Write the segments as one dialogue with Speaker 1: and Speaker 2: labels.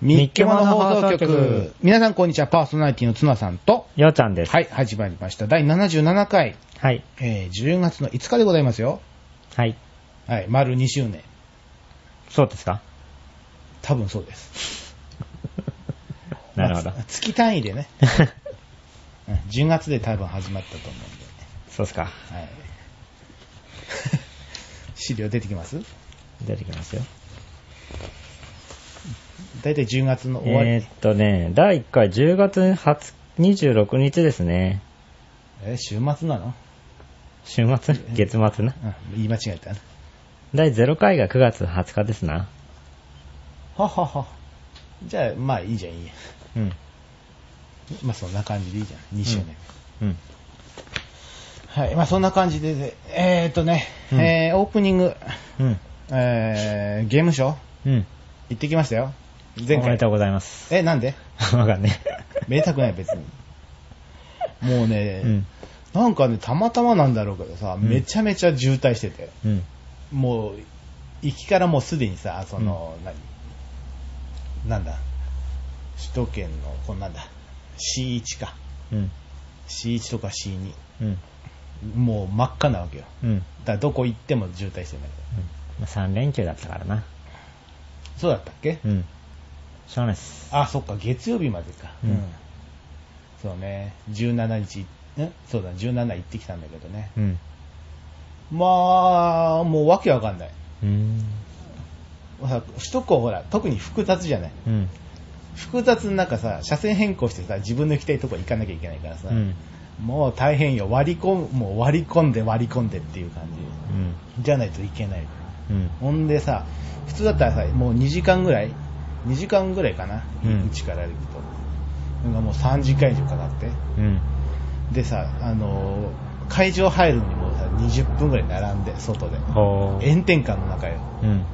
Speaker 1: ミッケモの放送局。皆さんこんにちは、パーソナリティのツナさんと、
Speaker 2: ようちゃんです。
Speaker 1: はい、始まりました。第77回、
Speaker 2: はい。
Speaker 1: えー10月の5日でございますよ。
Speaker 2: はい。
Speaker 1: はい、丸2周年。
Speaker 2: そうですか
Speaker 1: 多分そうです。
Speaker 2: なるほど
Speaker 1: まあ。つ 月単位でね、うん10月で多分始まったと思うんで、
Speaker 2: そうですか。
Speaker 1: はい。 資料出てきます
Speaker 2: 出てきますよ。
Speaker 1: 大体10月の終わり。
Speaker 2: えーっとね、第1回10月20 26日ですね。
Speaker 1: えー週末なの、
Speaker 2: 週末月末な。
Speaker 1: うん、言い間違えたな。
Speaker 2: 第0回が9月20日ですな。
Speaker 1: ははは。じゃあ、まあいいじゃん、いいや。
Speaker 2: うん。
Speaker 1: まあそんな感じでいいじゃん、2周年。
Speaker 2: うん。
Speaker 1: はい、まあそんな感じでで、えー、っとね、
Speaker 2: うん
Speaker 1: えー、オープニング、
Speaker 2: うん。
Speaker 1: えー、ゲームショー
Speaker 2: うん。
Speaker 1: 行ってきましたよ。前
Speaker 2: 前回。おめ
Speaker 1: 回
Speaker 2: で。とうございます。
Speaker 1: え、なんで
Speaker 2: わかんね
Speaker 1: めでたくない、別に。もう
Speaker 2: え。
Speaker 1: ね、
Speaker 2: うん。
Speaker 1: なんかね、たまたまなんだろうけどさ、
Speaker 2: ん
Speaker 1: めちゃめちゃ渋滞してて、
Speaker 2: うん。
Speaker 1: もう、行きからもうすでにさ、その、何なんだ、首都圏の、こんなんだ、C1 か。
Speaker 2: うん。
Speaker 1: C1 とか C2。
Speaker 2: うん。
Speaker 1: もう真っ赤なわけよ。
Speaker 2: うん。
Speaker 1: だからどこ行っても渋滞してんだけど。
Speaker 2: 3連休だったからな。
Speaker 1: そうだったっけ
Speaker 2: うん。しょうがないっす。
Speaker 1: あ、そっか、月曜日までか。
Speaker 2: うん
Speaker 1: そうね、17日、んそうだ、17行ってきたんだけどね。
Speaker 2: うん。
Speaker 1: まあ、もうわけわかんない。
Speaker 2: うーん。
Speaker 1: さ首都高ほら、特に複雑じゃない。
Speaker 2: うん。
Speaker 1: 複雑な中さ、車線変更してさ、自分の行きたいとこ行かなきゃいけないからさ、
Speaker 2: うん。
Speaker 1: もう大変よ。割り込む、もう割り込んで割り込んでっていう感
Speaker 2: うん。
Speaker 1: じ。じゃないといけない。
Speaker 2: うん。
Speaker 1: ほんでさ、普通だったらさ、もう2時間ぐらい ?2 時間ぐらいかな、
Speaker 2: う
Speaker 1: うんちから歩くと。なんかもう3時間以上かかって。
Speaker 2: うん。
Speaker 1: でさ、あのー会場入るのにもさ、20分ぐらい並んで、外で。
Speaker 2: ほー。
Speaker 1: 炎天下の中よ。
Speaker 2: うん。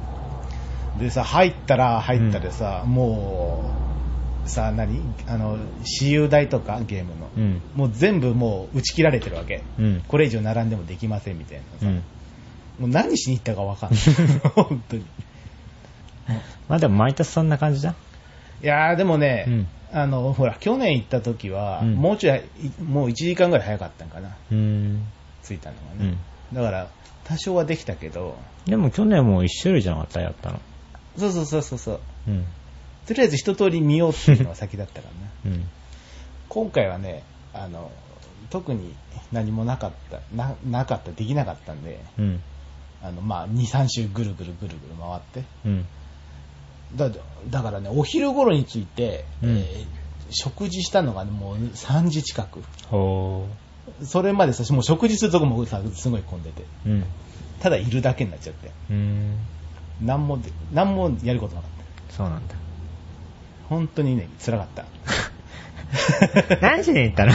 Speaker 1: でさ、入ったら入ったでさ、もう、さ、何あの、私有代とか、ゲームの。
Speaker 2: うん。
Speaker 1: もう全部もう打ち切られてるわけ。
Speaker 2: うん。
Speaker 1: これ以上並んでもできませんみたいなさ。
Speaker 2: うん。
Speaker 1: もう何しに行ったかわか んない。本当に。
Speaker 2: まあでも毎年そんな感じだ。
Speaker 1: いやーでもね、
Speaker 2: うん
Speaker 1: あの、ほら、去年行った時は、
Speaker 2: うん
Speaker 1: もうちょい、いもう1時間ぐらい早かったんかな、
Speaker 2: うーん。
Speaker 1: 着いたのが
Speaker 2: う
Speaker 1: ね
Speaker 2: ん。。
Speaker 1: だから、多少はできたけど、
Speaker 2: でも去年も一種類じゃなかったやったの。
Speaker 1: そうそうそうそうそう、
Speaker 2: うん。
Speaker 1: とりあえず一通り見ようっていうのが先だったから ね。
Speaker 2: うん。
Speaker 1: 今回はね、あの、特に何もなかった、ななかった、できなかったんで、
Speaker 2: うん。
Speaker 1: あの、まあ、2、3週ぐるぐるぐるぐる回って、
Speaker 2: うん。
Speaker 1: だだからね、お昼頃に着いて、
Speaker 2: うん
Speaker 1: えー食事したのが、ね、もう3時近く。
Speaker 2: ほ
Speaker 1: それまでさ、もう食事するとこもさ、すごい混んでて。
Speaker 2: ー。うん。
Speaker 1: ただいるだけになっちゃって。
Speaker 2: うーん。
Speaker 1: なんもで、なんもやることなかった。
Speaker 2: そうなんだ。
Speaker 1: 本当にね、辛かった。
Speaker 2: 何しに行ったの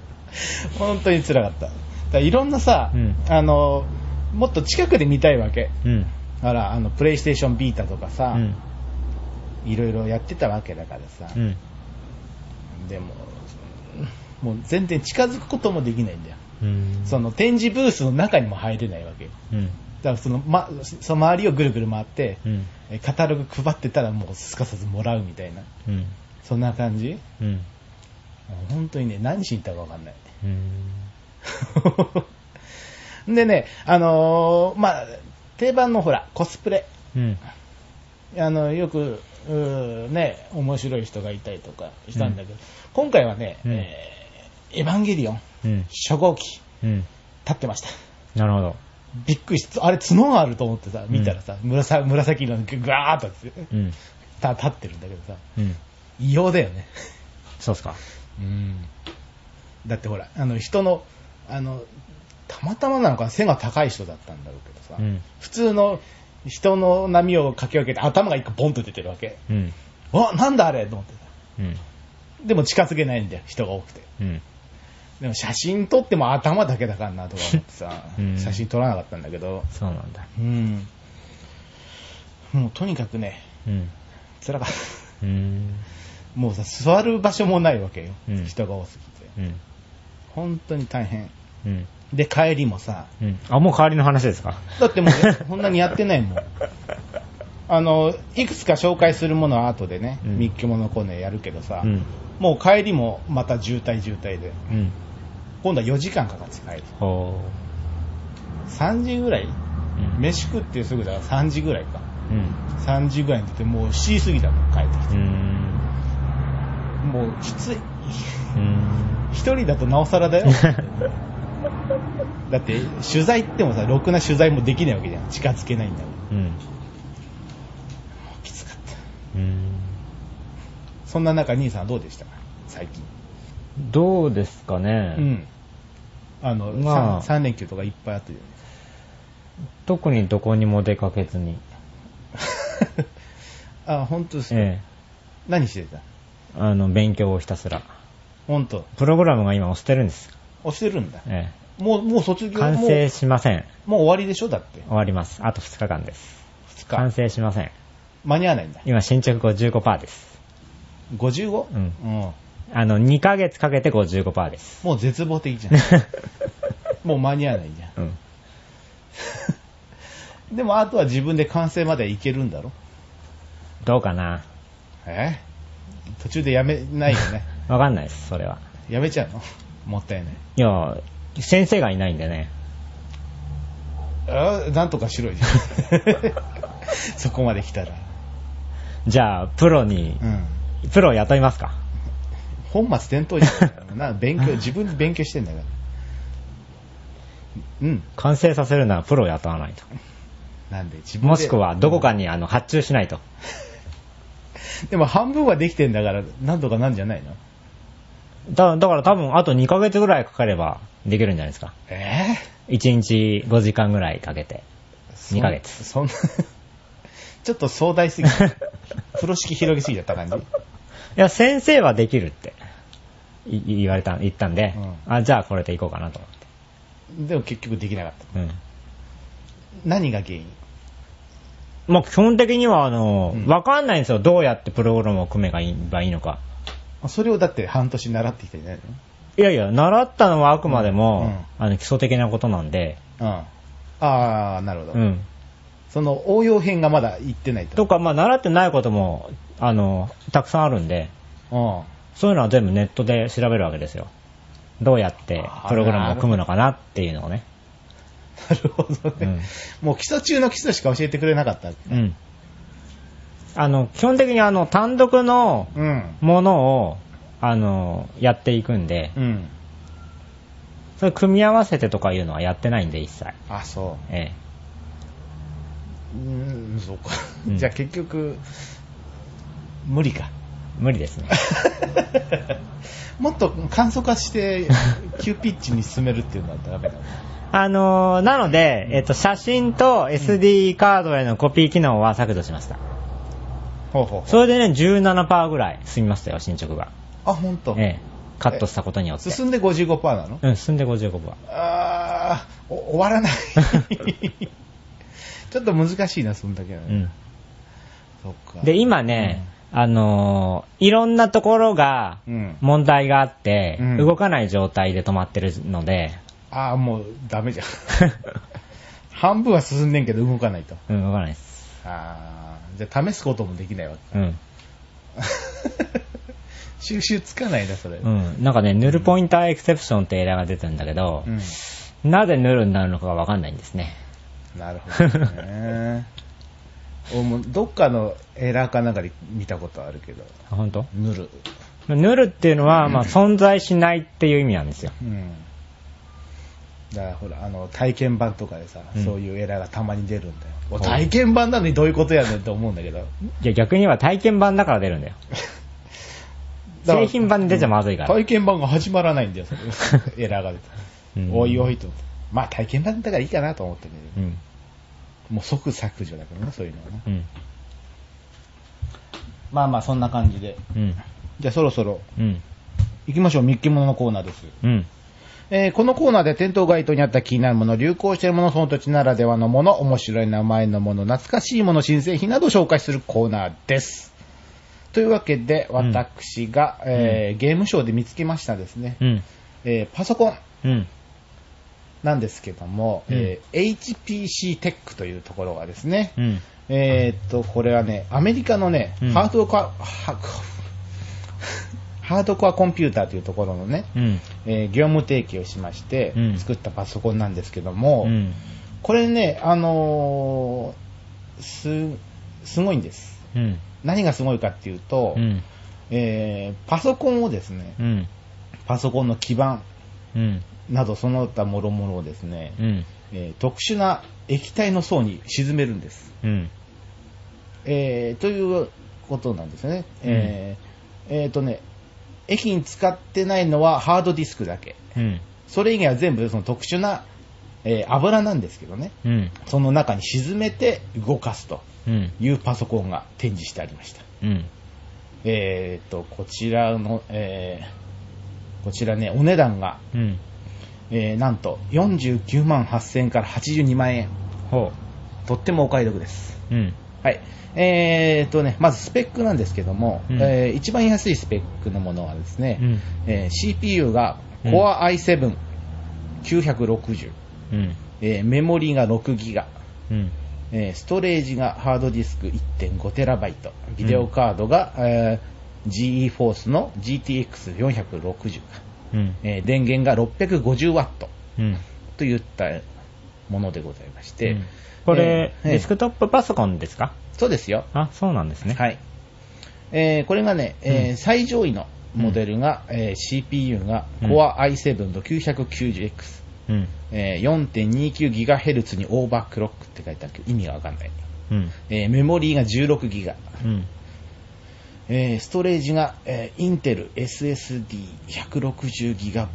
Speaker 1: 本当に辛かった。だからいろんなさ、
Speaker 2: うん
Speaker 1: あの、もっと近くで見たいわけ。
Speaker 2: うん。
Speaker 1: だから、あの、プレイステーションビータとか
Speaker 2: う
Speaker 1: さ、
Speaker 2: ん。
Speaker 1: いろいろやってたわけだからさ、
Speaker 2: うん。
Speaker 1: でも、もう全然近づくこともできないんだよ。
Speaker 2: うん。
Speaker 1: その展示ブースの中にも入れないわけよ。
Speaker 2: うん。
Speaker 1: だからその、ま、その周りをぐるぐる回って、
Speaker 2: うん。
Speaker 1: えカタログ配ってたらもうすかさずもらうみたいな。
Speaker 2: うん。
Speaker 1: そんな感じ
Speaker 2: うん。
Speaker 1: 本当にね、何しに行ったかわかんない。
Speaker 2: うん。
Speaker 1: でね、あのーまあ、定番のほら、コスプレ。
Speaker 2: うん。
Speaker 1: あの、よく、うーね、面白い人がいたりとかしたんだけど、今回はね、
Speaker 2: うん
Speaker 1: えーエヴァンゲリオン、
Speaker 2: うん。
Speaker 1: 初号機、
Speaker 2: うん。
Speaker 1: 立ってました。
Speaker 2: なるほど。
Speaker 1: びっくりした。あれ、角があると思ってさ、見たらさ、紫紫色のぐわーっと立って
Speaker 2: うん。
Speaker 1: た立ってるんだけどさ、
Speaker 2: うん。
Speaker 1: 異様だよね。
Speaker 2: そうっすか。
Speaker 1: うんだってほら、あの人の、あの、たまたまなのかな背が高い人だったんだろうけどさ、
Speaker 2: うん。
Speaker 1: 普通の人の波を駆け分けて頭が一個ボンと出てるわけ。
Speaker 2: うん。
Speaker 1: わ、なんだあれと思ってさ。
Speaker 2: うん。
Speaker 1: でも近づけないんだよ、人が多くて。
Speaker 2: うん。、
Speaker 1: でも写真撮っても頭だけだからなとか思ってさ
Speaker 2: うん
Speaker 1: 写真撮らなかったんだけど、
Speaker 2: そうなんだ。
Speaker 1: うん。もうとにかくね、
Speaker 2: うん。
Speaker 1: 辛かった。
Speaker 2: うーん。
Speaker 1: もうさ、座る場所もないわけよ、
Speaker 2: うん
Speaker 1: 人が多すぎて。
Speaker 2: うん。
Speaker 1: 本当に大変。
Speaker 2: うん。
Speaker 1: で、帰りもさ、
Speaker 2: うん。あ、もう代わりの話ですか
Speaker 1: だってもう、そんなにやってないもん。あのいくつか紹介するものは後でね、
Speaker 2: うん
Speaker 1: 三日物コーナーやるけどさ、
Speaker 2: うん。
Speaker 1: もう帰りもまた渋滞渋滞で、
Speaker 2: うん。
Speaker 1: 今度は4時間かかって帰る、
Speaker 2: ほ
Speaker 1: 3時ぐらい、
Speaker 2: う。うん。
Speaker 1: 飯食ってすぐだから3時ぐらいか、
Speaker 2: うん。
Speaker 1: 3時ぐらいに出て、もう7時過ぎだもん、帰ってき
Speaker 2: う
Speaker 1: て、
Speaker 2: ーん。
Speaker 1: もうきつい、
Speaker 2: うーん。
Speaker 1: 一人だとなおさら だよ。だって取材行ってもさ、ろくな取材もできないわけじゃん、近づけないんだもん、
Speaker 2: うん。
Speaker 1: きつかった。
Speaker 2: うーん。
Speaker 1: そんな中、兄さんどうでした最近。
Speaker 2: どうですかね。
Speaker 1: うん。あの、
Speaker 2: まあ
Speaker 1: 3, 連休とかいっぱいあったじ
Speaker 2: 特にどこにも出かけずに。
Speaker 1: ゃない あ、本当ですか、
Speaker 2: ええ。
Speaker 1: 何してた
Speaker 2: あの、勉強をひたすら。
Speaker 1: 本当。
Speaker 2: プログラムが今押してるんです。
Speaker 1: 押してるんだ。
Speaker 2: え
Speaker 1: もう、もう卒
Speaker 2: え。
Speaker 1: 業
Speaker 2: 完
Speaker 1: もう
Speaker 2: 成しません。
Speaker 1: もう終わりでしょだって。
Speaker 2: 終わります。あと2日間です。完
Speaker 1: 2日。
Speaker 2: 成しません。
Speaker 1: 間に合わないんだ。
Speaker 2: 今、進捗55%です。
Speaker 1: 55?
Speaker 2: うんあの、2ヶ月かけて55%です。
Speaker 1: もう絶望的じ ゃん。 もう間に合わないじゃ
Speaker 2: うん。
Speaker 1: ん。 でも、あとは自分で完成までいけるんだろ
Speaker 2: どうかな
Speaker 1: え途中でやめないよ ね。
Speaker 2: わかんないです、それは。
Speaker 1: やめちゃうのもったいない。
Speaker 2: いや、先生がいないんでね。
Speaker 1: あなんとか しろよじゃあそこまで来たら。
Speaker 2: じゃあ、プロに、
Speaker 1: うん。
Speaker 2: プロを雇いますか
Speaker 1: 本末転倒じ ゃん。な、勉強、自分で勉強してんだから。うん。
Speaker 2: 完成させるならプロを雇わないと。
Speaker 1: なんで、自分で。
Speaker 2: もしくは、どこかにあの発注しないと。
Speaker 1: でも半分はできてんだから、なんとかなんじゃないの
Speaker 2: だだから多分、あと2ヶ月ぐらいかかればできるんじゃないですか。
Speaker 1: え
Speaker 2: 1日5時間ぐらいかけて。
Speaker 1: ぇ、
Speaker 2: 2ヶ月
Speaker 1: そんな、 ちょっと壮大 すぎる。風呂敷広げすぎちゃった感じ。
Speaker 2: いや、先生はできるってい言われた、言ったんで、
Speaker 1: うん
Speaker 2: あ、じゃあこれでいこうかなと思って。
Speaker 1: でも結局できなかった。
Speaker 2: うん。
Speaker 1: 何が原因
Speaker 2: まあ、基本的には、あの
Speaker 1: う、ん
Speaker 2: わかんないんですよ。どうやってプログラムを組めばいいばいいのか。
Speaker 1: あそれをだって半年習ってきたんじゃない
Speaker 2: いやいや、習ったのはあくまでも、
Speaker 1: う
Speaker 2: あの、基礎的なことなんで、
Speaker 1: のうん。あー、なるほど。
Speaker 2: うん。
Speaker 1: その応用編がまだいってないと。
Speaker 2: とか、まあ、習ってないことも、あの、たくさんあるんで、
Speaker 1: うん。
Speaker 2: そういうのは全部ネットで調べるわけですよ。どうやってプログラムを組むのかなっていうのをね。
Speaker 1: なるほどね、もう基礎中の基礎しか教えてくれなかった。
Speaker 2: うん。あの、基本的にあの、単独の
Speaker 1: うん。
Speaker 2: ものを、あの、やっていくんで、
Speaker 1: うん。
Speaker 2: それ組み合わせてとかいうのはやってないんで、一切。
Speaker 1: あ、そ
Speaker 2: え
Speaker 1: う。うん、そうか。
Speaker 2: うん
Speaker 1: じゃあ結局、無理 か。
Speaker 2: え。無理ですね。
Speaker 1: もっと簡素化して、急ピッチに進めるっていうのだったらダメだね。
Speaker 2: あのーなので、えっと、写真と SD カードへのコピー機能は削除しました。
Speaker 1: ほうほうほう。
Speaker 2: それでね、17%ぐらい済みましたよ、進捗が。
Speaker 1: あ、ほんと。
Speaker 2: ええ。カットしたことによって。
Speaker 1: 進んで55%なの
Speaker 2: うん、進んで55%。
Speaker 1: あー、お終わらない。 ちょっと難しいな、そんだけはね。
Speaker 2: うん。
Speaker 1: そっか。
Speaker 2: で、今ね、あのーいろんなところが、
Speaker 1: うん。
Speaker 2: 問題があって、
Speaker 1: うん
Speaker 2: 動かない状態で止まってるので、
Speaker 1: ああ、もうダメじゃん。 半分は進んでんけど動かないと。
Speaker 2: うん、動かないです。
Speaker 1: ああ、じゃあ試すこともできないわけ。
Speaker 2: うん。
Speaker 1: 収集つかないな、それ。
Speaker 2: うん。なんかね、ヌルポインターエクセプションってエラーが出てるんだけど
Speaker 1: う、ん
Speaker 2: なぜヌルになるのかがわかんないんですね。
Speaker 1: なるほどね。俺もどっかのエラーかなんかで見たことあるけど、
Speaker 2: あ本当？
Speaker 1: 塗る。
Speaker 2: ヌルっていうのは、まあ、存在しないっていう意味なんですよ。
Speaker 1: うん。だからほら、あの、体験版とかでさ、
Speaker 2: うん
Speaker 1: そういうエラーがたまに出るんだよ。お
Speaker 2: はい
Speaker 1: 体験版なのにどういうことやねんって思うんだけど。
Speaker 2: いや、逆には体験版だから出るんだよ。
Speaker 1: だから
Speaker 2: 製品版に出ちゃまずいから。
Speaker 1: 体験版が始まらないんだよ、そ れ。エラーが出た。
Speaker 2: うん
Speaker 1: おいおいと。まあ体験版だからいいかなと思ってね。
Speaker 2: うん。
Speaker 1: もう即削除だからな、そういうのはね。
Speaker 2: うん。
Speaker 1: まあまあそんな感じで。
Speaker 2: うん。
Speaker 1: じゃあそろそろ
Speaker 2: うん。
Speaker 1: 行きましょう、三木物のコーナーです。
Speaker 2: うん。
Speaker 1: えーこのコーナーで店頭街頭にあった気になるもの、流行しているもの、その土地ならではのもの、面白い名前のもの、懐かしいもの、新製品などを紹介するコーナーです。というわけで、
Speaker 2: うん
Speaker 1: 私が、えーゲームショーで見つけましたですね、
Speaker 2: うん。
Speaker 1: えーパソコン
Speaker 2: うん。
Speaker 1: なんですけども、
Speaker 2: うん
Speaker 1: えー HPC テックというところがですね、
Speaker 2: うん。
Speaker 1: えーっと、これはね、アメリカのね、
Speaker 2: うん
Speaker 1: ハードコア、ハハードコアコンピューターというところのね、
Speaker 2: うん。
Speaker 1: えー業務提携をしまして
Speaker 2: うん、
Speaker 1: 作ったパソコンなんですけども、
Speaker 2: うん。
Speaker 1: これね、あのーす、すごいんです。
Speaker 2: うん。
Speaker 1: 何がすごいかっていうと、
Speaker 2: うん。
Speaker 1: えーパソコンをですね、
Speaker 2: うん。
Speaker 1: パソコンの基板
Speaker 2: うん。
Speaker 1: などその他もろもろをですね、
Speaker 2: うん。
Speaker 1: えー特殊な液体の層に沈めるんです。
Speaker 2: うん。
Speaker 1: えーということなんですよね。えーえーとね、液に使ってないのはハードディスクだけ。
Speaker 2: うん。
Speaker 1: それ以外は全部その特殊な、えー油なんですけどね。
Speaker 2: うん。
Speaker 1: その中に沈めて動かすと
Speaker 2: うん。
Speaker 1: いうパソコンが展示してありました。
Speaker 2: うん。
Speaker 1: えーと、こちらの、えーこちらね、お値段が、
Speaker 2: うん。
Speaker 1: えーなんと49万8000円から82万円。
Speaker 2: ほ
Speaker 1: とってもお買い得です。
Speaker 2: う。うん。
Speaker 1: はい。えーとね、まずスペックなんですけども、
Speaker 2: うん
Speaker 1: えー一番安いスペックのものはですね、
Speaker 2: うん。
Speaker 1: えー CPU が
Speaker 2: うん
Speaker 1: Core i7、960、
Speaker 2: うん。
Speaker 1: えーメモリーが6ギガ、
Speaker 2: うん。
Speaker 1: えーストレージがハードディスク 1.5TB、ビデオカードが、えー GeForce の GTX460、
Speaker 2: うん。
Speaker 1: えー電源が 650W
Speaker 2: うん。
Speaker 1: といったものでございまして、
Speaker 2: うんこれ、
Speaker 1: えーえー
Speaker 2: デスクトップパソコンですか
Speaker 1: そうですよ。
Speaker 2: あ、そうなんですね。
Speaker 1: はい。えーこれがね、えー
Speaker 2: うん
Speaker 1: 最上位のモデルが、えー CPU が
Speaker 2: うん
Speaker 1: Core i7 と 990X、
Speaker 2: うん。
Speaker 1: えー 4.29GHz にオーバークロックって書いてあるけど、意味がわかんない。
Speaker 2: うん。
Speaker 1: えーメモリーが 16GB、
Speaker 2: うん。
Speaker 1: えーストレージが、えー、インテル SSD160GB、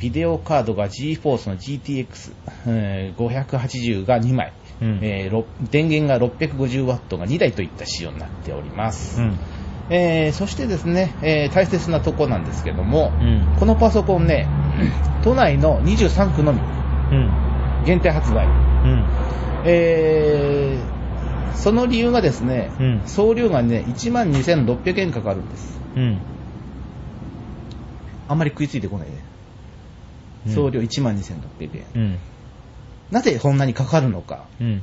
Speaker 1: ビデオカードが GForce の GTX580、えー580が2枚、
Speaker 2: うん
Speaker 1: えーろ電源が 650W が2台といった仕様になっております。
Speaker 2: うん。
Speaker 1: えーそしてですね、えー大切なとこなんですけども、
Speaker 2: うん
Speaker 1: このパソコンね、 都内の23区のみ
Speaker 2: うん。
Speaker 1: 限定発売。
Speaker 2: うん。
Speaker 1: えーその理由がですね、
Speaker 2: うん
Speaker 1: 送料がね、12,600円かかるんです。
Speaker 2: うん。
Speaker 1: あんまり食いついてこないね。
Speaker 2: うん
Speaker 1: 送料12,600円。
Speaker 2: うん。
Speaker 1: なぜそんなにかかるのか。
Speaker 2: うん。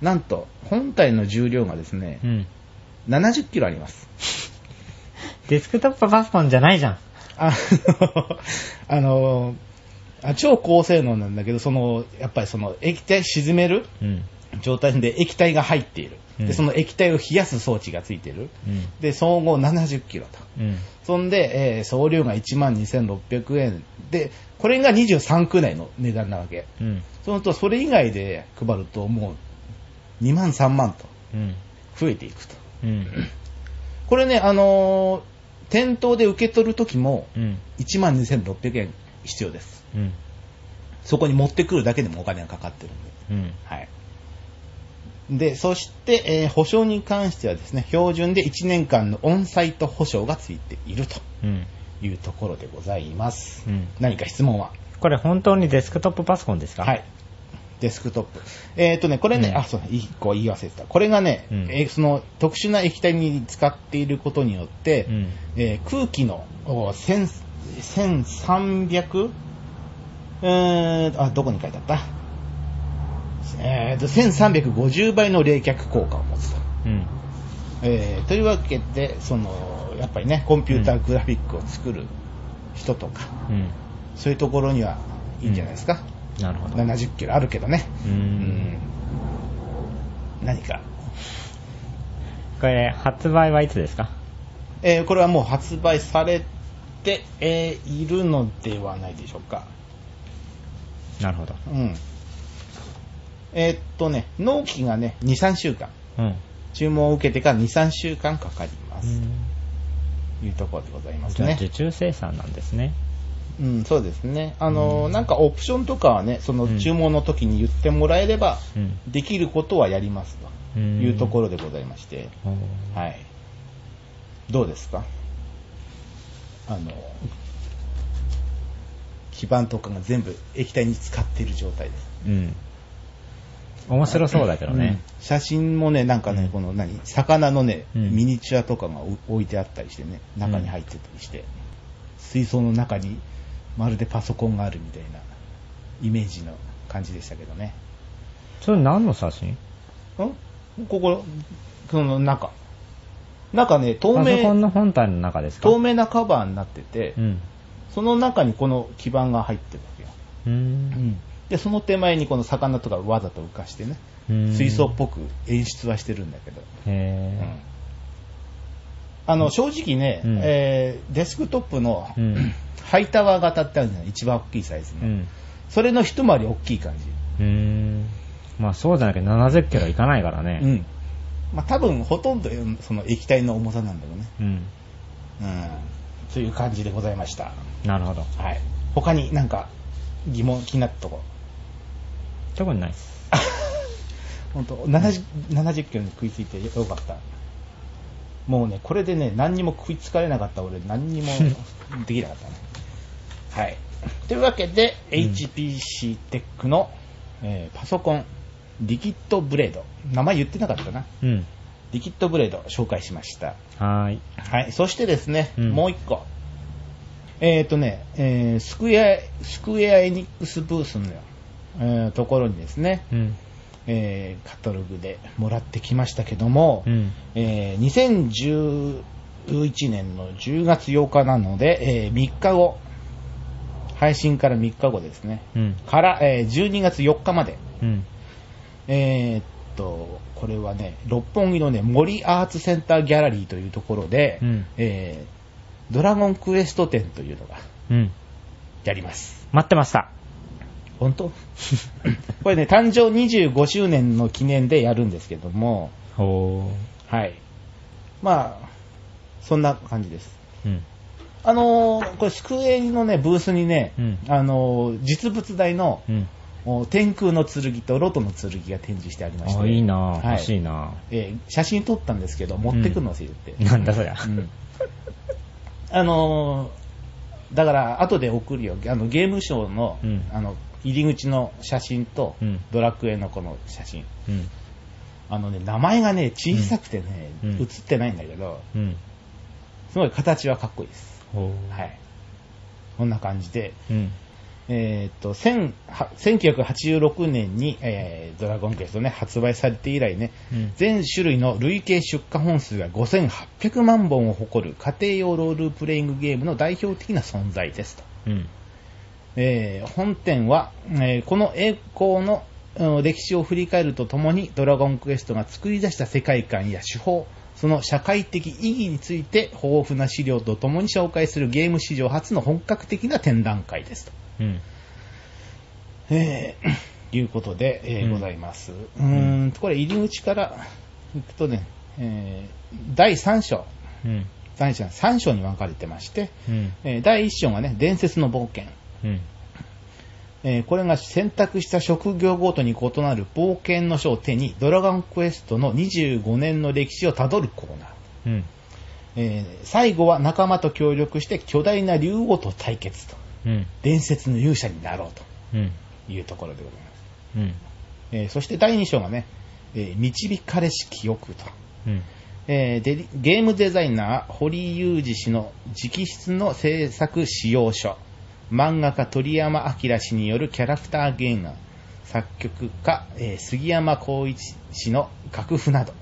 Speaker 1: なんと、本体の重量がですね
Speaker 2: う、ん。
Speaker 1: 70キロあります。
Speaker 2: デスクトップパソコンじゃないじゃん。
Speaker 1: あの、 あの、あ超高性能なんだけど、その、やっぱりその液体沈める
Speaker 2: うん。
Speaker 1: 状態で液体が入っている。
Speaker 2: う
Speaker 1: で、
Speaker 2: ん
Speaker 1: その液体を冷やす装置がついている。
Speaker 2: うん。
Speaker 1: で、総合70キロと。
Speaker 2: うん。
Speaker 1: そんで、えー総量が12,600円。で、これが23区内の値段なわけ。
Speaker 2: うん。
Speaker 1: そのと、それ以外で配ると、もう2万3万と
Speaker 2: うん。
Speaker 1: 増えていくと。
Speaker 2: うん。
Speaker 1: これね、あのー店頭で受け取るときも、
Speaker 2: うん。
Speaker 1: 12,600円必要です。
Speaker 2: うん。
Speaker 1: そこに持ってくるだけでもお金がかかってるんで。
Speaker 2: うん。
Speaker 1: はい。で、そして、えー保証に関してはですね、標準で1年間のオンサイト保証がついていると
Speaker 2: うん。
Speaker 1: いうところでございます。
Speaker 2: うん
Speaker 1: 何か質問は
Speaker 2: これ本当にデスクトップパソコンですか
Speaker 1: はい。。デスクトップ。えっ、とね、これね、
Speaker 2: うん
Speaker 1: あ、そう、一個言い忘れてた。これがね、
Speaker 2: うん
Speaker 1: えーその特殊な液体に使っていることによって、
Speaker 2: うん
Speaker 1: えー空気のお1000 1300? うーん、あ、どこに書いてあったえっ、と、1350倍の冷却効果を持つと。
Speaker 2: うん。
Speaker 1: えーというわけで、その、やっぱりね、コンピューターグラフィックを作る人とか、
Speaker 2: うん。
Speaker 1: そういうところにはいいんじゃないですか。
Speaker 2: なるほど。
Speaker 1: 70キロあるけどね。
Speaker 2: うーん。
Speaker 1: うん何か。
Speaker 2: これ、発売はいつですか
Speaker 1: えーこれはもう発売されて、えーいるのではないでしょうか。
Speaker 2: なるほど。
Speaker 1: うん。えーっとね、納期がね、2、3週間。
Speaker 2: うん。
Speaker 1: 注文を受けてから2、3週間かかりま
Speaker 2: う
Speaker 1: す。
Speaker 2: ん
Speaker 1: というところでございます
Speaker 2: じゃあ
Speaker 1: ね。
Speaker 2: 受注生産なんですね。
Speaker 1: うん、そうですね。あのー、なんかオプションとかはね、そうの
Speaker 2: ん
Speaker 1: 注文の時に言ってもらえれば、
Speaker 2: うん。
Speaker 1: できることはやりますというところでございまして。
Speaker 2: おー
Speaker 1: はい。どうですかあの、基板とかが全部液体に使っている状態です。
Speaker 2: うん。面白そうだけどね。
Speaker 1: うん写真もね、なんかね、
Speaker 2: うん
Speaker 1: この何、魚のね、
Speaker 2: うん
Speaker 1: ミニチュアとかが置置いてあったりしてね、中に入ってたりして、水槽の中にまるでパソコンがあるみたいなイメージの感じでしたけどね。
Speaker 2: それ何の写真
Speaker 1: んここ、その中。中ね、透
Speaker 2: パソコン
Speaker 1: 明、
Speaker 2: の本体の中ですか
Speaker 1: 透明なカバーになってて、
Speaker 2: うん。
Speaker 1: その中にこの基板が入ってるわけよ。
Speaker 2: うーん。
Speaker 1: で、その手前にこの魚とかわざと浮かしてね、
Speaker 2: うん
Speaker 1: 水槽っぽく演出はしてるんだけど。うん
Speaker 2: へ
Speaker 1: あの、正直ね、
Speaker 2: うん
Speaker 1: えーデスクトップの、
Speaker 2: うん
Speaker 1: ハイタワー型ってあるじゃない一番大きいサイズの。
Speaker 2: ぇー。うん。
Speaker 1: それの一回り大きい感じ。
Speaker 2: うーん。まあそうじゃなきゃ70キロいかないから
Speaker 1: う
Speaker 2: ね。
Speaker 1: ん。まあ多分ほとんどうんその液体の重さなんだろうね。
Speaker 2: うん。
Speaker 1: うん。という感じでございました。
Speaker 2: なるほど。
Speaker 1: はい。他になんか疑問気になったとこ。
Speaker 2: 特にないっす。
Speaker 1: 本当70 70キロに食いついてよかった。もうね、これでね、何にも食いつかれなかった俺、何にもできなかったね。 はい。というわけで、
Speaker 2: うん
Speaker 1: HPC テックの、えーパソコン、リキッドブレード。名前言ってなかったな。
Speaker 2: うん。
Speaker 1: リキッドブレード紹介しました。
Speaker 2: はーい。
Speaker 1: はい。そしてですね、
Speaker 2: うん
Speaker 1: もう一個。えっ、ー、とね、えースクエア、スクエアエニックスブースの、えーところにですね、
Speaker 2: うん。
Speaker 1: えーカタログでもらってきましたけども、
Speaker 2: うん。
Speaker 1: えー2011年の10月8日なので、え3日後、配信から3日後ですね、
Speaker 2: うん。
Speaker 1: から、えー12月4日まで、
Speaker 2: うん。
Speaker 1: えーっと、これはね、六本木のね、森アーツセンターギャラリーというところで、
Speaker 2: うん
Speaker 1: えードラゴンクエスト展というのが
Speaker 2: うん。
Speaker 1: やります。
Speaker 2: 待ってました。
Speaker 1: 本当 これね、誕生25周年の記念でやるんですけども、
Speaker 2: ほ
Speaker 1: はい。まあ、そんな感じです。
Speaker 2: ー。うん。
Speaker 1: あのーこれ、スクエニのね、ブースにね、
Speaker 2: うん
Speaker 1: あのー実物大の、
Speaker 2: うん。
Speaker 1: お天空の剣とロトの剣が展示してありまして。
Speaker 2: あ、いいな
Speaker 1: は
Speaker 2: ぁ。欲しいな
Speaker 1: えー写真撮ったんですけど、持ってくのせいって。
Speaker 2: ぁ。なんだそりゃ。
Speaker 1: うんあのーだから、後で送るよ。あの、ゲームショーの、
Speaker 2: うん
Speaker 1: あの、入り口の写真と、
Speaker 2: うん
Speaker 1: ドラクエのこの写真。
Speaker 2: うん。
Speaker 1: あのね、名前がね、小さくてね、
Speaker 2: うんうん
Speaker 1: 写ってないんだけど、
Speaker 2: うん。
Speaker 1: すごい形はかっこいいです。
Speaker 2: ほー。
Speaker 1: はい。こんな感じで、
Speaker 2: うん。
Speaker 1: えーっと、1000は1986年に、えードラゴンクエストね、発売されて以来ね、
Speaker 2: うん
Speaker 1: 全種類の累計出荷本数が5800万本を誇る家庭用ロールプレイングゲームの代表的な存在ですと。
Speaker 2: うん。
Speaker 1: えー本店は、えーこの栄光のうん歴史を振り返るとともに、ドラゴンクエストが作り出した世界観や手法、その社会的意義について豊富な資料とともに紹介するゲーム史上初の本格的な展覧会ですと。
Speaker 2: うん。
Speaker 1: えーいうことで、えー
Speaker 2: うん
Speaker 1: ございます。うーん、これ入り口から行くとね、えー第3章、
Speaker 2: うん。
Speaker 1: 第3章に分かれてまして、
Speaker 2: うん。
Speaker 1: えー第1章がね、伝説の冒険。
Speaker 2: うん。
Speaker 1: えーこれが選択した職業ごとに異なる冒険の書を手に、ドラゴンクエストの25年の歴史をたどるコーナー。
Speaker 2: うん。
Speaker 1: えー最後は仲間と協力して巨大な竜王と対決と。
Speaker 2: うん。
Speaker 1: 伝説の勇者になろう
Speaker 2: うん。
Speaker 1: というところでございます。
Speaker 2: うん。
Speaker 1: えーそして第2章がね、えー導かれし記憶と、
Speaker 2: うん。
Speaker 1: えーデリゲームデザイナー堀井雄二氏の直筆の制作使用書漫画家鳥山明氏によるキャラクター原案作曲家、えー杉山浩一氏の楽譜など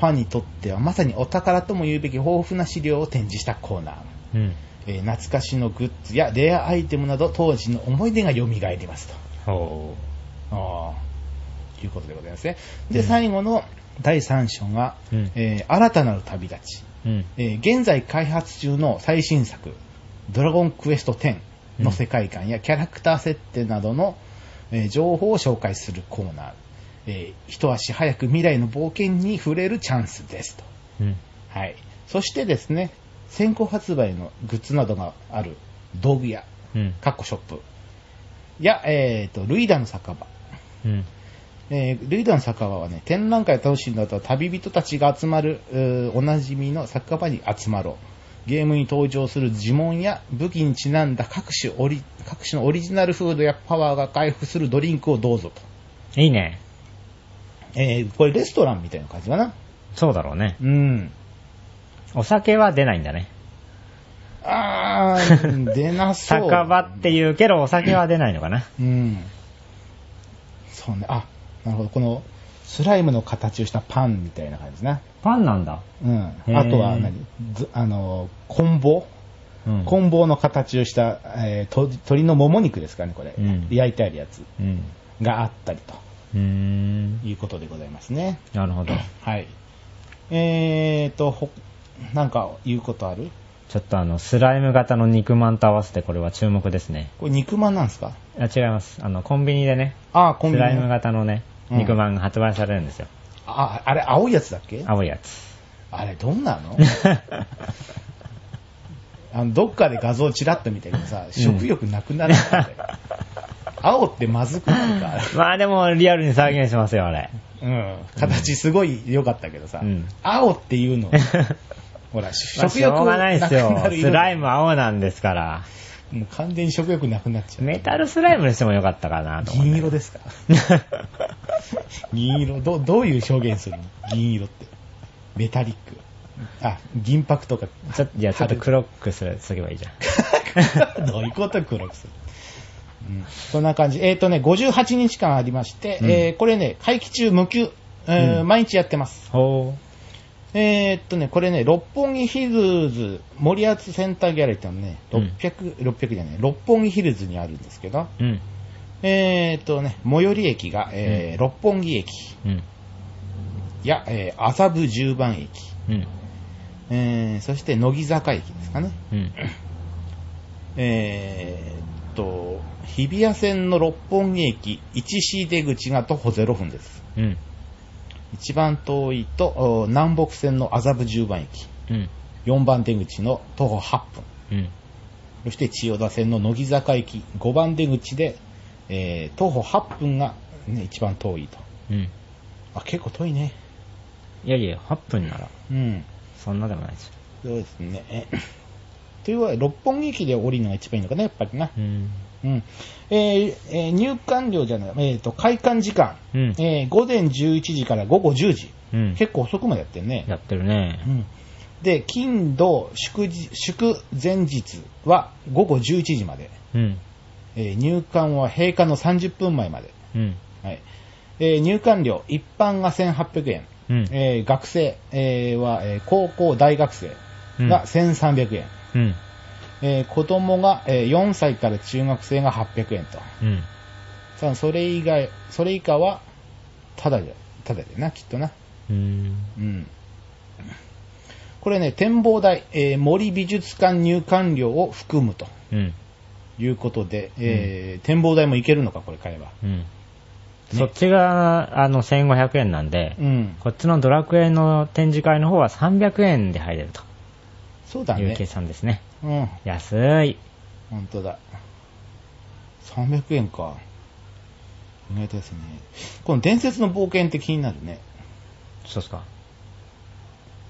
Speaker 1: ファンにとってはまさにお宝とも言うべき豊富な資料を展示したコーナー、
Speaker 2: うん。
Speaker 1: えー懐かしのグッズやレアアイテムなど当時の思い出が蘇りますと
Speaker 2: ほ
Speaker 1: ああ、ということでございますね。で、
Speaker 2: うん
Speaker 1: 最後の第3章が、
Speaker 2: うん
Speaker 1: えー新たなる旅立ち、
Speaker 2: う。うん。
Speaker 1: えー現在開発中の最新作、ドラゴンクエスト10の世界観やキャラクター設定などの、えー情報を紹介するコーナー、えー一足早く未来の冒険に触れるチャンスですと。
Speaker 2: うん。
Speaker 1: はい。そしてですね、先行発売のグッズなどがある道具屋、
Speaker 2: うん。
Speaker 1: カッコショップ、や、えっ、と、ルイダの酒場、
Speaker 2: うん。
Speaker 1: えールイダの酒場はね、展覧会を楽しんだ後は旅人たちが集まる、うーおなじみの酒場に集まろう。ゲームに登場する呪文や武器にちなんだ各種オリ、各種のオリジナルフードやパワーが回復するドリンクをどうぞと。
Speaker 2: いいね。
Speaker 1: えーこれレストランみたいな感じかな。
Speaker 2: そうだろうね。
Speaker 1: うん。
Speaker 2: お酒は出ないんだね。
Speaker 1: あ ー、出なそう。
Speaker 2: 酒場って言うけど、お酒は出ないのかな。
Speaker 1: うん。そうね。あ、なるほど。この、スライムの形をしたパンみたいな感じですね。
Speaker 2: パンなんだ。
Speaker 1: うん。
Speaker 2: ー
Speaker 1: あとは何、ずあの、こん棒
Speaker 2: うん。
Speaker 1: こん棒の形をした、えーと鶏のもも肉ですかね、これ。
Speaker 2: うん
Speaker 1: 焼いてあるやつ
Speaker 2: うん。
Speaker 1: があったりと
Speaker 2: うーん。
Speaker 1: いうことでございますね。
Speaker 2: なるほど。
Speaker 1: はい。えーと、ほ、なんか言うことある
Speaker 2: ちょっとあの、スライム型の肉まんと合わせてこれは注目ですね。
Speaker 1: これ肉まんなんですか
Speaker 2: あ違います。あの、コンビニでね、
Speaker 1: ああ、コン
Speaker 2: ス
Speaker 1: ビニ
Speaker 2: ラ
Speaker 1: の。
Speaker 2: イム型のね、
Speaker 1: うん
Speaker 2: 肉まんが発売されるんですよ。
Speaker 1: あ、あれ、青いやつだっけ
Speaker 2: 青いやつ。
Speaker 1: あれ、どんなのあのどっかで画像チラッと見たけどさ、食欲なくなるんだよ、 青ってまずくなるから。
Speaker 2: まあでも、リアルに再現しますよ、あれ。
Speaker 1: うん。形すごい良かったけどさ、
Speaker 2: うん
Speaker 1: 青っていうの、ほら、し
Speaker 2: まあ
Speaker 1: 食
Speaker 2: しょ
Speaker 1: 欲
Speaker 2: うがないですよ
Speaker 1: なくな。る色
Speaker 2: スライム青なんですから。
Speaker 1: もう完全に食欲なくなっちゃう。
Speaker 2: メタルスライムにしてもよかったかなと思って。
Speaker 1: 銀色ですか銀色どう、どういう表現するの銀色って。メタリック。あ、銀箔とか。
Speaker 2: ちょっと、いや、ちょっと黒くする、すればいいじゃん。
Speaker 1: どういうこと黒くする。うん、そんな感じ。えっ、とね、58日間ありまして、
Speaker 2: うん
Speaker 1: えーこれね、会期中無休、えー
Speaker 2: うん
Speaker 1: 毎日やってます。
Speaker 2: ほ
Speaker 1: えーっとね、これね、六本木ヒルズ、森厚センターギャラリーってのね、
Speaker 2: うん
Speaker 1: 600、600じゃない、六本木ヒルズにあるんですけど、
Speaker 2: う。うん。
Speaker 1: えーっとね、最寄り駅が、えー
Speaker 2: うん
Speaker 1: 六本木駅
Speaker 2: うん。
Speaker 1: や、えー麻布十番駅、
Speaker 2: うん。
Speaker 1: えーそして乃木坂駅ですかね。
Speaker 2: うん。
Speaker 1: えーっと、日比谷線の六本木駅 1C 出口が徒歩0分です。
Speaker 2: うん。
Speaker 1: 一番遠いと、お南北線の麻布十番駅、
Speaker 2: うん。
Speaker 1: 4番出口の徒歩8分。
Speaker 2: うん。
Speaker 1: そして千代田線の乃木坂駅5番出口で、えー徒歩8分が、ね、一番遠いと。
Speaker 2: うん。
Speaker 1: あ、結構遠いね。
Speaker 2: いやいや、8分なら、
Speaker 1: うん。
Speaker 2: そんなでもないでし
Speaker 1: そうですね。えというわけで、六本木駅で降りるのが一番いいのかな、やっぱりな。
Speaker 2: ょ。うん。
Speaker 1: うんえーえー入館料じゃない、えー、と開館時間、
Speaker 2: うん
Speaker 1: えー午前11時から午後10時、
Speaker 2: うん。
Speaker 1: 結構遅くまでやってるね、
Speaker 2: やってるね
Speaker 1: う。ん、で金、土祝日、祝前日は午後11時まで、
Speaker 2: うん。
Speaker 1: えー入館は閉館の30分前まで、
Speaker 2: うん。
Speaker 1: はいえー入館料、一般が1800円、
Speaker 2: うん。
Speaker 1: えー学生、えーは、えー高校、大学生が1300円、
Speaker 2: うん。
Speaker 1: えー子供が、えー4歳から中学生が800円と。
Speaker 2: うん。
Speaker 1: さあそれ以外、それ以下は、ただじゃ、ただだよな、きっとな。
Speaker 2: うん。
Speaker 1: うん。これね、展望台、えー森美術館入館料を含むと
Speaker 2: うん。
Speaker 1: いうことで、えー展望台も行けるのか、これ買えば。
Speaker 2: うん。そっちが、あの、1500円なんで
Speaker 1: う、ん。
Speaker 2: こっちのドラクエの展示会の方は300円で入れると
Speaker 1: そうだ
Speaker 2: いう
Speaker 1: ね
Speaker 2: 計。算ですね。
Speaker 1: うん。
Speaker 2: 安い。
Speaker 1: 本当だ。300円か。意外とですね。この伝説の冒険って気になるね。
Speaker 2: そうっすか。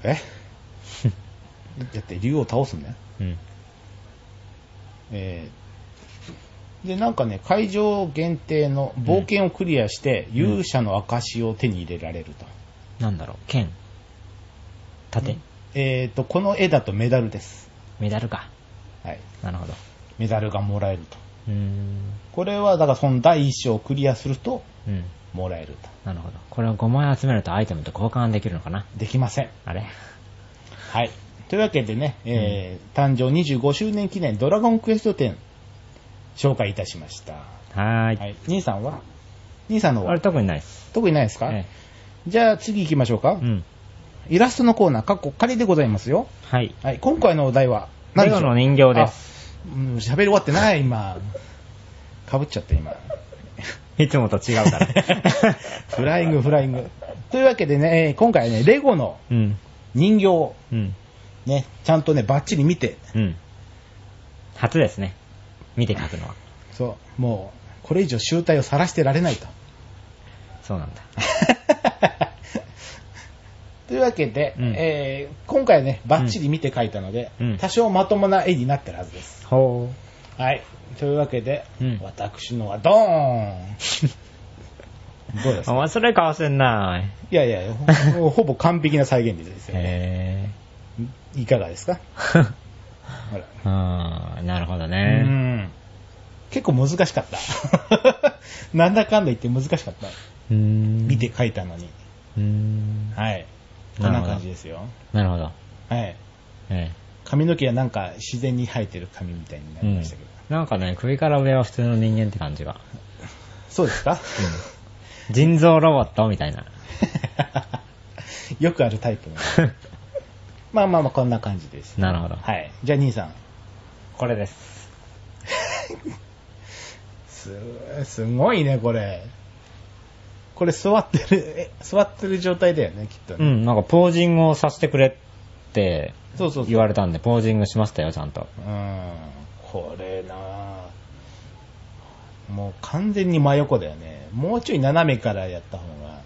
Speaker 1: えだって竜を倒すんだよ。
Speaker 2: うん。
Speaker 1: えーで、なんかね、会場限定の冒険をクリアして、勇者の証を手に入れられると。
Speaker 2: なんだろう、剣。盾
Speaker 1: えっ、と、この絵だとメダルです。
Speaker 2: メダルか。
Speaker 1: はい。
Speaker 2: なるほど。
Speaker 1: メダルがもらえると。
Speaker 2: うーん。
Speaker 1: これは、だからその第一章をクリアすると、
Speaker 2: うん。
Speaker 1: もらえると。
Speaker 2: なるほど。これを5枚集めるとアイテムと交換できるのかな
Speaker 1: できません。
Speaker 2: あれ
Speaker 1: はい。というわけでね、えー誕生25周年記念ドラゴンクエスト10、紹介いたしました。
Speaker 2: はーい。
Speaker 1: はい。兄さんは兄さんの方
Speaker 2: あれ
Speaker 1: は
Speaker 2: 特にないです。
Speaker 1: 特にないですか、
Speaker 2: え
Speaker 1: じゃあ次行きましょうか。
Speaker 2: えうん。
Speaker 1: イラストのコーナー、かっこ仮でございますよ。
Speaker 2: はい。
Speaker 1: はい、今回のお題は何
Speaker 2: レ
Speaker 1: でしょ
Speaker 2: ゴ
Speaker 1: う
Speaker 2: の人形です。
Speaker 1: あうん喋り終わってない、今。かぶっちゃった、今。
Speaker 2: いつもと違うから。
Speaker 1: フライング、フライング。というわけでね、えー今回はね、レゴの
Speaker 2: うん。
Speaker 1: 人形を
Speaker 2: うん。
Speaker 1: ね、ちゃんとね、バッチリ見て、
Speaker 2: うん。初ですね。見て書くのは。
Speaker 1: そう、もう、これ以上集体を晒してられ ないと。
Speaker 2: そうなんだ。
Speaker 1: というわけで、
Speaker 2: うん
Speaker 1: えー今回はね、バッチリ見て描いたので、
Speaker 2: うん
Speaker 1: 多少まともな絵になってるはずです。
Speaker 2: ほ
Speaker 1: はい。というわけで、
Speaker 2: うん
Speaker 1: 私のはドーンどうです
Speaker 2: う。
Speaker 1: か
Speaker 2: 面白い顔してんなぁ。
Speaker 1: いやいや、ほ ほぼ完璧な再現率ですよね。
Speaker 2: へ
Speaker 1: いかがですか
Speaker 2: ぇ ー。
Speaker 1: ほら
Speaker 2: あーなるほど
Speaker 1: う
Speaker 2: ね。
Speaker 1: ん結構難しかった。なんだかんだ言って難しかった。
Speaker 2: うーん
Speaker 1: 見て書いたのに。
Speaker 2: うーん
Speaker 1: はい。こ
Speaker 2: なんる
Speaker 1: な
Speaker 2: ほど
Speaker 1: 感じですよ。
Speaker 2: なるほど。
Speaker 1: はい。
Speaker 2: え
Speaker 1: 髪の毛はなんか自然に生えてる髪みたいにな
Speaker 2: え。う
Speaker 1: り
Speaker 2: ん
Speaker 1: ましたけど。。
Speaker 2: なんかね、首から上は普通の人間って感じが。
Speaker 1: そうですか、
Speaker 2: 人造ロボットみたいな。
Speaker 1: よくあるタイプの。まあまあまあ、こんな感じです。
Speaker 2: なるほど。
Speaker 1: はい。じゃあ、兄さん。
Speaker 2: これです。
Speaker 1: す、すごいね、これ。これ座ってる、え、座ってる状態だよね、きっと
Speaker 2: う
Speaker 1: ね。
Speaker 2: ん、なんかポージングをさせてくれって
Speaker 1: そうそうそう。
Speaker 2: 言われたんで、ポージングしましたよ、ちゃんと。
Speaker 1: うん。これなあもう完全に真横だよね。もうちょい斜めからやった方 が、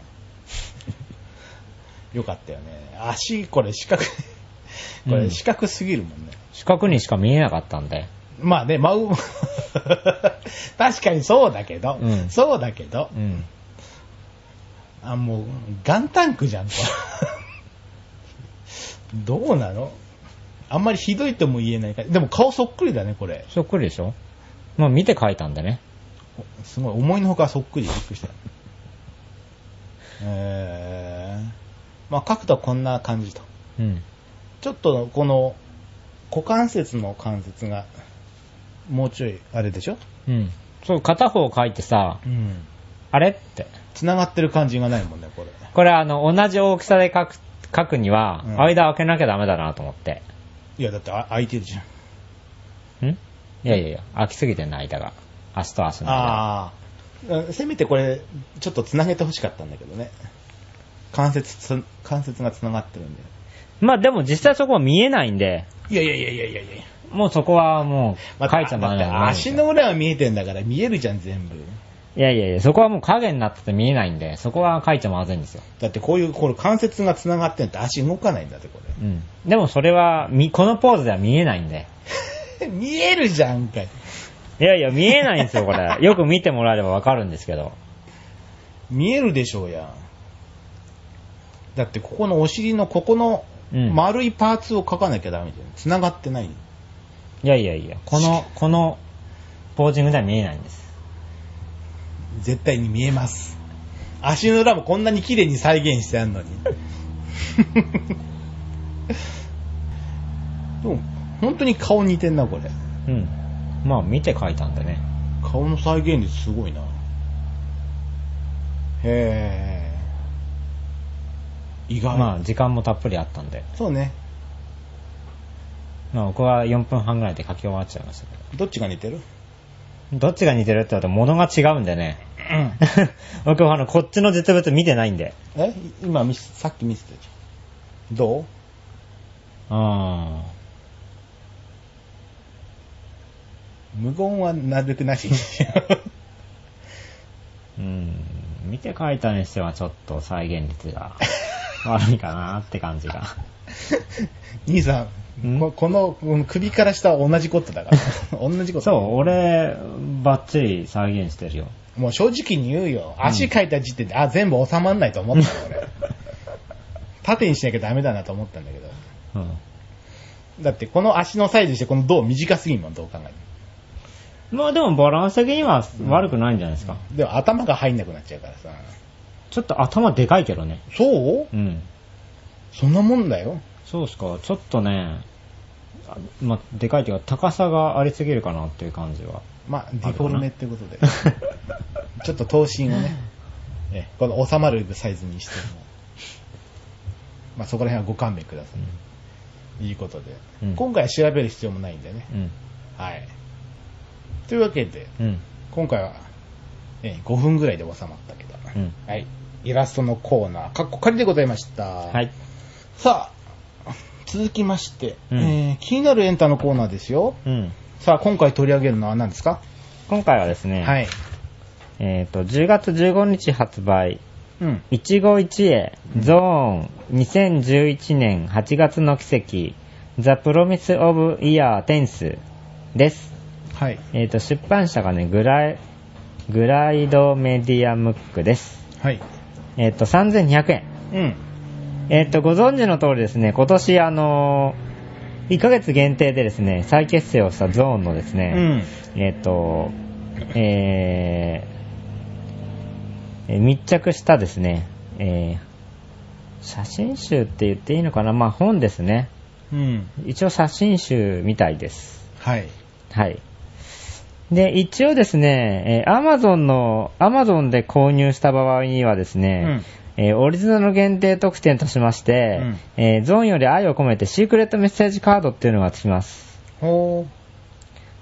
Speaker 1: よかったよね。足、これ四角、こ
Speaker 2: う
Speaker 1: れ
Speaker 2: ん
Speaker 1: 四角すぎるもんね。
Speaker 2: 四角にしか見えなかったんで。
Speaker 1: まあね、真う、 確かにそうだけど、
Speaker 2: うん
Speaker 1: そうだけど、
Speaker 2: うん。
Speaker 1: あ、もう、ガンタンクじゃん、これ どうなのあんまりひどいとも言えないから。でも顔そっくりだね、これ。
Speaker 2: そっくりでしょまあ見て書いたんでね。
Speaker 1: すごい、思いのほかそっくり、びっくりした。えー、まあ、書くとこんな感じと。
Speaker 2: うん。
Speaker 1: ちょっと、この、股関節の関節が、もうちょい、あれでしょ
Speaker 2: うん。そう、片方書いてさ、
Speaker 1: うん。
Speaker 2: あれって。
Speaker 1: 繋がってる感じがないもんね、これ。
Speaker 2: これあの、同じ大きさで書く、書くには
Speaker 1: う、ん
Speaker 2: 間開けなきゃダメだなと思って。
Speaker 1: いや、だってあ空いてるじゃん。
Speaker 2: んいやいやいや、開きすぎてんな、間が。足と足の間。
Speaker 1: ああー。せめてこれ、ちょっと繋げてほしかったんだけどね。関節つ、関節が繋がってるんで。
Speaker 2: まあでも実際そこは見えないんで、
Speaker 1: いやいやいやいやいやいや。
Speaker 2: もうそこはもう、書いちゃダ
Speaker 1: だ
Speaker 2: メだ
Speaker 1: って
Speaker 2: よ
Speaker 1: 足の裏は見えてんだから見えるじゃん、全部。
Speaker 2: いやいやいや、そこはもう影になってて見えないんで、そこは書いちゃまずいんですよ。
Speaker 1: だってこういう、この関節が繋がってんって足動かないんだって、こ
Speaker 2: うん。でもそれは、みこのポーズでは見えないんで。
Speaker 1: れ。 見えるじゃんかい。
Speaker 2: いやいや、見えないんですよ、これ。よく見てもらえればわかるんですけど。
Speaker 1: 見えるでしょうやん。だってここのお尻のここの
Speaker 2: うん
Speaker 1: 丸いパーツを描かなきゃダメじゃん。繋がってない。
Speaker 2: いやいやいや、この、この、ポージングでは見えないんです。
Speaker 1: 絶対に見えます。足の裏もこんなに綺麗に再現してあるのに。 でも、本当に顔似てんな、これ。
Speaker 2: うん。まあ、見て書いたんでね。
Speaker 1: 顔の再現率すごいな。へえ。意外。
Speaker 2: まあ、時間もたっぷりあったんで。
Speaker 1: そうね。
Speaker 2: まあ、僕は4分半ぐらいで書き終わっちゃいましたけ
Speaker 1: どっちが似てる
Speaker 2: ど。どっちが似てるって言われても物が違うんでね。
Speaker 1: うん。
Speaker 2: 僕はあの、こっちの実物見てないんで。
Speaker 1: え今見せ、さっき見せたじゃん。どう
Speaker 2: あ
Speaker 1: 無言はなるべく なしにしよ
Speaker 2: ーうん。見て書いたにしてはちょっと再現率が悪いかなって感じが。
Speaker 1: う兄さん、
Speaker 2: ん
Speaker 1: ここのこの首から下は同じこと だから。同じこと。
Speaker 2: そう、俺、バッチリ再現してるよ。
Speaker 1: もう正直に言うよ。足描いた時点で、あ、全部収まんないと思ったの、俺。縦にしなきゃダメだなと思ったんだけど。
Speaker 2: うん。
Speaker 1: だって、この足のサイズにして、この胴短すぎるもん、どう考えて
Speaker 2: まあでもバランス的には悪くないんじゃないですか。
Speaker 1: も。でも、頭が入んなくなっちゃうからさ。
Speaker 2: ちょっと頭でかいけどね。
Speaker 1: そう
Speaker 2: うん。
Speaker 1: そんなもんだよ。
Speaker 2: そうっすか。ちょっとね、あまあ、でかいというか高さがありすぎるかなっていう感じは。
Speaker 1: まあ、ディフォルメってこと で。ちょっと頭身をね、えこの収まるサイズにしても。まあ、そこら辺はご勘弁ください。いうことで。
Speaker 2: うん
Speaker 1: 今回は調べる必要もないんだよね。
Speaker 2: うん。
Speaker 1: はい。というわけで、
Speaker 2: うん。
Speaker 1: 今回は、えー5分ぐらいで収まったけど、
Speaker 2: うん
Speaker 1: はい。イラストのコーナー、かっこかりでございました。
Speaker 2: は。い。
Speaker 1: さあ、続きまして、
Speaker 2: うん
Speaker 1: えー気になるエンタのコーナーですよ。
Speaker 2: うん。
Speaker 1: さあ、今回取り上げるのは何ですか、
Speaker 2: 今回はですね、
Speaker 1: はい。
Speaker 2: えっ、と、10月15日発売、
Speaker 1: うん。
Speaker 2: 一期一会、ゾーン、2011年8月の奇跡、The Promise of Year 10です。
Speaker 1: はい。
Speaker 2: えっ、と、出版社がね、グライ、グライドメディアムックです。
Speaker 1: はい。
Speaker 2: えっ、と、3200円。
Speaker 1: うん。
Speaker 2: えっ、と、ご存知の通りですね、今年あのー1ヶ月限定でですね、再結成をしたゾーンのですね、えっ、と、えー、えー密着したですね、えー写真集って言っていいのかなまあ本ですね。
Speaker 1: うん。
Speaker 2: 一応写真集みたいです。
Speaker 1: はい。
Speaker 2: はい。で、一応ですね、えー Amazon の、Amazon で購入した場合にはですね、えーオリジナル限定特典としまして、えーゾーンより愛を込めてシークレットメッセージカードっていうのがつきます。
Speaker 1: ほ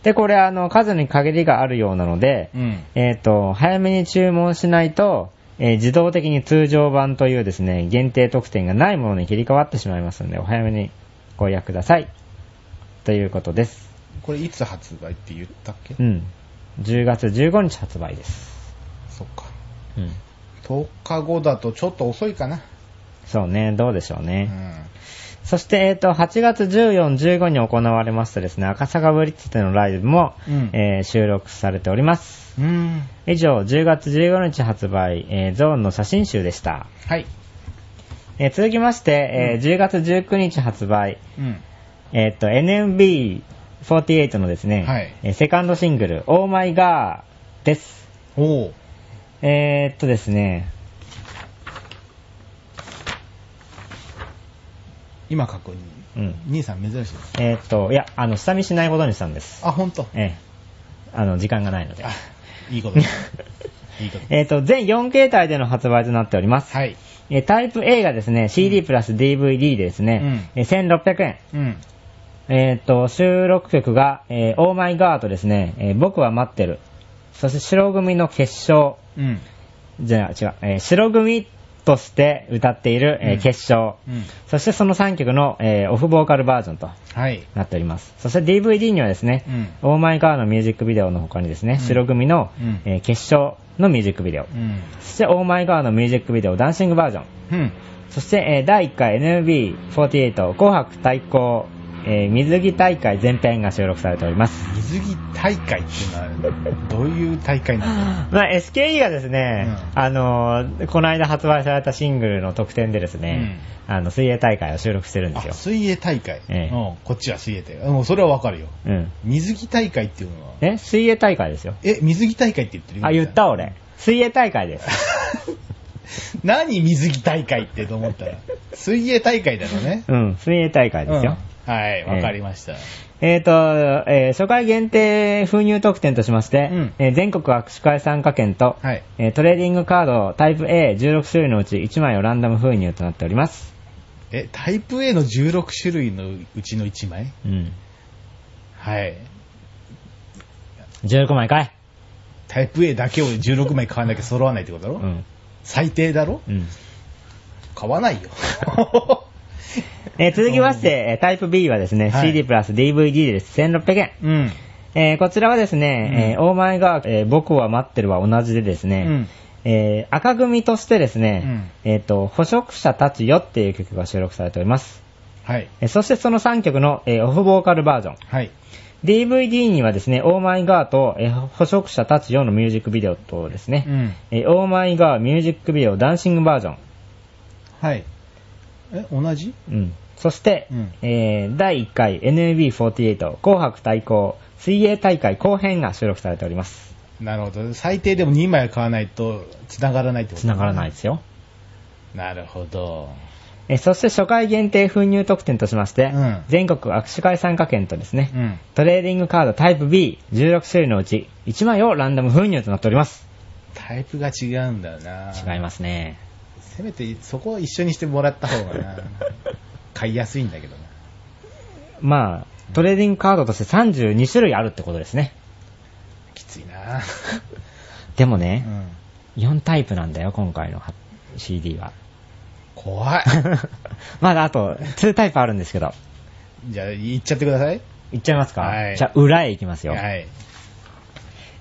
Speaker 2: で、これ、あの、数に限りがあるようなので、
Speaker 1: う。うん。
Speaker 2: えっ、と、早めに注文しないと、えー自動的に通常版というですね、限定特典がないものに切り替わってしまいますので、お早めにご予約ください。ということです。
Speaker 1: これいつ発売って言ったっけ
Speaker 2: うん。10月15日発売です。
Speaker 1: そっか。
Speaker 2: うん。
Speaker 1: 10日後だとちょっと遅いかな。
Speaker 2: そうね、どうでしょう
Speaker 1: う
Speaker 2: ね。
Speaker 1: ん。
Speaker 2: そして、えっ、と、8月14、15に行われましたですね、赤坂ブリッジでのライブも、
Speaker 1: うん
Speaker 2: えー収録されております。
Speaker 1: うん。
Speaker 2: 以上、10月15日発売、えーゾーンの写真集でした。
Speaker 1: はい。
Speaker 2: えー続きまして、えー10月19日発売、
Speaker 1: うん。
Speaker 2: えーっと、NMB48 のですね、
Speaker 1: はい
Speaker 2: えーセカンドシングル、Oh My God です。
Speaker 1: おう。
Speaker 2: えーっとですね、
Speaker 1: 今確認。
Speaker 2: うん。
Speaker 1: 兄さん珍しいです。
Speaker 2: えーっと、いや、あの、下見しないことにしたんです。
Speaker 1: あ、ほんと。
Speaker 2: ええあの、時間がないので。
Speaker 1: あ、いいことだ。いいことだ。
Speaker 2: えーっと、全4形態での発売となっております。
Speaker 1: はい。
Speaker 2: えータイプ A がですね、CD プラス DVD でですね、えー1600円。
Speaker 1: うん。
Speaker 2: えーっと、収録曲が、えー、Oh My God とですね、えー僕は待ってる。そして白組の決勝。
Speaker 1: うん。
Speaker 2: じゃあ違う、えー白組として歌っている、えー
Speaker 1: うん
Speaker 2: 決勝。
Speaker 1: うん。
Speaker 2: そしてその3曲の、えーオフボーカルバージョンと
Speaker 1: はい。
Speaker 2: なっております。そして DVD にはですね、オーマイガーのミュージックビデオの他にですね、
Speaker 1: うん
Speaker 2: 白組の、
Speaker 1: うん
Speaker 2: えー決勝のミュージックビデオ。
Speaker 1: うん。うん。
Speaker 2: そしてオーマイガーのミュージックビデオダンシングバージョン。
Speaker 1: うん。
Speaker 2: そして、えー第1回 NMB48 紅白対抗、えー水着大会全編が収録されております。
Speaker 1: 水着大会っていうのは、どういう大会なの
Speaker 2: まあ、SKE がですね、
Speaker 1: うん
Speaker 2: あのーこの間発売されたシングルの特典でですね、あの水泳大会を収録してるんですよ
Speaker 1: あ、。水泳大会。
Speaker 2: ええ
Speaker 1: うん。こっちは水泳大会。もうんそれはわかるよ。
Speaker 2: うん。
Speaker 1: 水着大会っていうのは、
Speaker 2: ね、水泳大会ですよ。
Speaker 1: え、水着大会って言ってる
Speaker 2: あ、言った俺。水泳大会です。
Speaker 1: 何水着大会ってと思ったら。水泳大会だろうね。
Speaker 2: うん、水泳大会 ですよ。
Speaker 1: うんはい、わかりました。
Speaker 2: えっ、と、えー初回限定封入特典としまして、
Speaker 1: うん
Speaker 2: えー全国握手会参加券と、
Speaker 1: はい。
Speaker 2: えートレーディングカードタイプ A16 種類のうち1枚をランダム封入となっております。
Speaker 1: え、タイプ A の16種類のうちの1枚
Speaker 2: うん。
Speaker 1: はい。
Speaker 2: 16枚かい。
Speaker 1: タイプ A だけを16枚買わなきゃ揃わないってことだ
Speaker 2: う
Speaker 1: ろ、
Speaker 2: ん。
Speaker 1: 最低だろ
Speaker 2: うん。
Speaker 1: 買わ ないよ。
Speaker 2: えー続きまして、えータイプ B はですね、
Speaker 1: はい
Speaker 2: CD プラス DVD です。1600円。
Speaker 1: うん。
Speaker 2: えーこちらはですね、えー、オーマイガー、えー僕は待ってるは同じでですね、えー赤組としてですね、えっ、と、捕食者たちよっていう曲が収録されております。
Speaker 1: はい。
Speaker 2: えーそしてその3曲の、えーオフボーカルバージョン。
Speaker 1: はい。
Speaker 2: DVD にはですね、オーマイガーと、えー捕食者たちよのミュージックビデオとです
Speaker 1: う
Speaker 2: ね、
Speaker 1: ん。
Speaker 2: えーオーマイガーミュージックビデオダンシングバージョン。
Speaker 1: はい。え、同じ
Speaker 2: うん、そして、
Speaker 1: うん
Speaker 2: えー第1回 NAB48 紅白対抗水泳大会後編が収録されております。
Speaker 1: なるほど。最低でも2枚は買わないと繋がらないってこと
Speaker 2: つながらない
Speaker 1: い。
Speaker 2: ですよ。
Speaker 1: なるほど。
Speaker 2: えーそして初回限定封入特典としまして、
Speaker 1: うん
Speaker 2: 全国握手会参加券とですね、
Speaker 1: うん。
Speaker 2: トレーディングカードタイプ B16 種類のうち1枚をランダム封入となっております。
Speaker 1: タイプが違うんだよな。
Speaker 2: 違いますね。
Speaker 1: せめてそこを一緒にしてもらった方が な買いやすいんだけどな
Speaker 2: まあ、トレーディングカードとして32種類あるってことですね。
Speaker 1: きついな、
Speaker 2: でも
Speaker 1: う
Speaker 2: ね、
Speaker 1: ん、
Speaker 2: 4タイプなんだよ、今回の CD は。
Speaker 1: 怖い
Speaker 2: まだあと2タイプあるんですけど。
Speaker 1: じゃあ行っちゃってください
Speaker 2: いっちゃいますか、
Speaker 1: はい
Speaker 2: じゃあ、裏へ行きますよ。
Speaker 1: はい、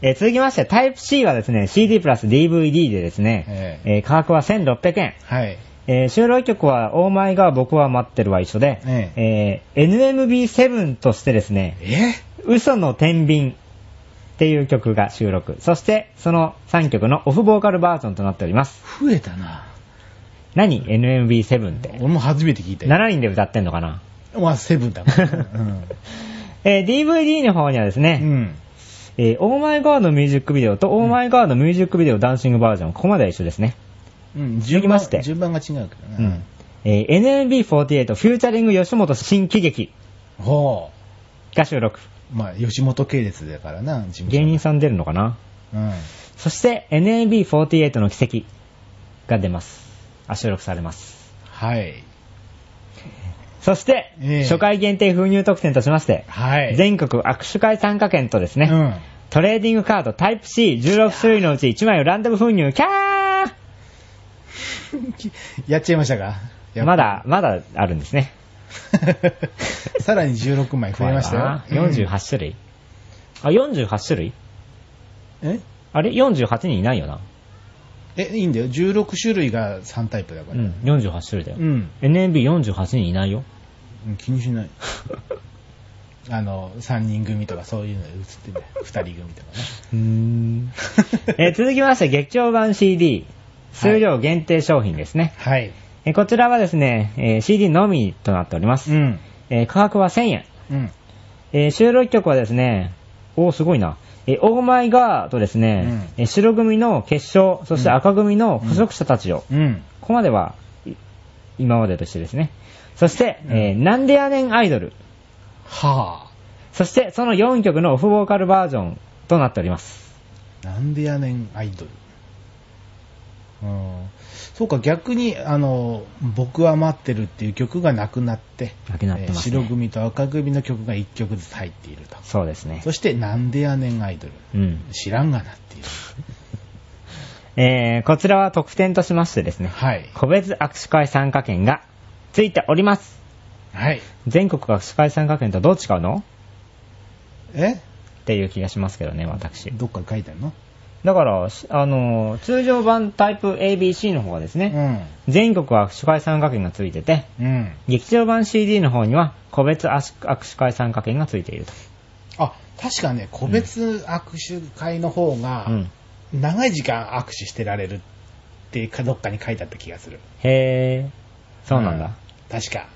Speaker 2: えー続きまして、タイプ C はですね、CD プラス DVD でですね
Speaker 1: え、
Speaker 2: えー価格は1600円。
Speaker 1: はい、
Speaker 2: えー収録曲は、オーマイガー僕は待ってるは一緒で、えー NMB7 としてですね、
Speaker 1: え
Speaker 2: 嘘の天秤っていう曲が収録。そして、その3曲のオフボーカルバージョンとなっております。
Speaker 1: 増えたな
Speaker 2: 何 ?NMB7 って。
Speaker 1: 俺も初めて聞いたよ
Speaker 2: 7人で歌ってんのか な、
Speaker 1: まあセブンだから、うん
Speaker 2: えー DVD の方にはですね、
Speaker 1: うん
Speaker 2: えー、オーマイガーのミュージックビデオと、オーマイガーのミュージックビデオダンシングバージョン、ここまでは一緒ですね。
Speaker 1: うん、
Speaker 2: 続きまして
Speaker 1: 順番が違うけど
Speaker 2: う
Speaker 1: ね
Speaker 2: ん。。えー、NMB48 フューチャリング吉本新喜劇
Speaker 1: ほ
Speaker 2: が収録。
Speaker 1: う。まあ、吉本系列だからな、事務所
Speaker 2: 芸人さん出るのかな
Speaker 1: うん。
Speaker 2: そして NMB48 の奇跡が出ます。あ、収録されます。
Speaker 1: はい。
Speaker 2: そして、
Speaker 1: ええ
Speaker 2: 初回限定封入特典としまして、
Speaker 1: はい。
Speaker 2: 全国握手会参加券とですね、
Speaker 1: うん。
Speaker 2: トレーディングカードタイプ C16 種類のうち1枚をランダム封入、キャ
Speaker 1: やっちゃいましたか
Speaker 2: ーま。だ、まだあるんですね。
Speaker 1: やっぱり さらに16枚増えましたよ。
Speaker 2: 怖いな48種類。あ、48種類
Speaker 1: うん。え
Speaker 2: あれ ?48 人いないよな。
Speaker 1: え、いいんだよ。16種類が3タイプだか
Speaker 2: う
Speaker 1: ら。
Speaker 2: ん、48種類だよ。
Speaker 1: うん。
Speaker 2: NMB48 人いないよ。
Speaker 1: うん気にし ない。あの、3人組とかそういうの映って ね。2人組とかね。
Speaker 2: うーん えー続きまして、劇場版 CD、数量限定商品ですね。
Speaker 1: はい。
Speaker 2: えーこちらはですね、えー CD のみとなっております。
Speaker 1: うん。
Speaker 2: えー価格は1000円。
Speaker 1: うん。
Speaker 2: えー収録曲はですね、おー、すごいな。えー、オーマイガーとですね、えー白組の決勝、そして赤組の捕食者たちを、
Speaker 1: うん。
Speaker 2: ここまでは、い今までとしてですね。そして、えーなんでやねんアイドル。
Speaker 1: は
Speaker 2: そして、その4曲のオフボーカルバージョンとなっております。
Speaker 1: ぁ。なんでやねん、アイドル。うん。そうか、逆に、あの、僕は待ってるっていう曲がなくなって、
Speaker 2: なくなってますね
Speaker 1: 白組と赤組の曲が1曲ずつ入っていると。
Speaker 2: そうですね。
Speaker 1: そして、なんでやねんアイドル。
Speaker 2: うん。
Speaker 1: 知らんがな っていう。
Speaker 2: えー、こちらは特典としましてですね、
Speaker 1: はい。
Speaker 2: 個別握手会参加券がついております。
Speaker 1: はい。
Speaker 2: 全国握手会参加券とどう違うの
Speaker 1: え
Speaker 2: っていう気がしますけどね、私。
Speaker 1: どっかに書いてあるの
Speaker 2: だから、しあのー、通常版タイプ ABC の方はですね、全国握手会参加券がついてて、
Speaker 1: うん。うん。
Speaker 2: 劇場版 CD の方には個別握手握手会参加券がついていると。
Speaker 1: あ、確かね、個別握手会の方が
Speaker 2: う、ん。
Speaker 1: 長い時間握手してられるって、かどっかに書いてあった気がする。
Speaker 2: へー、そうなんだ。
Speaker 1: 確か。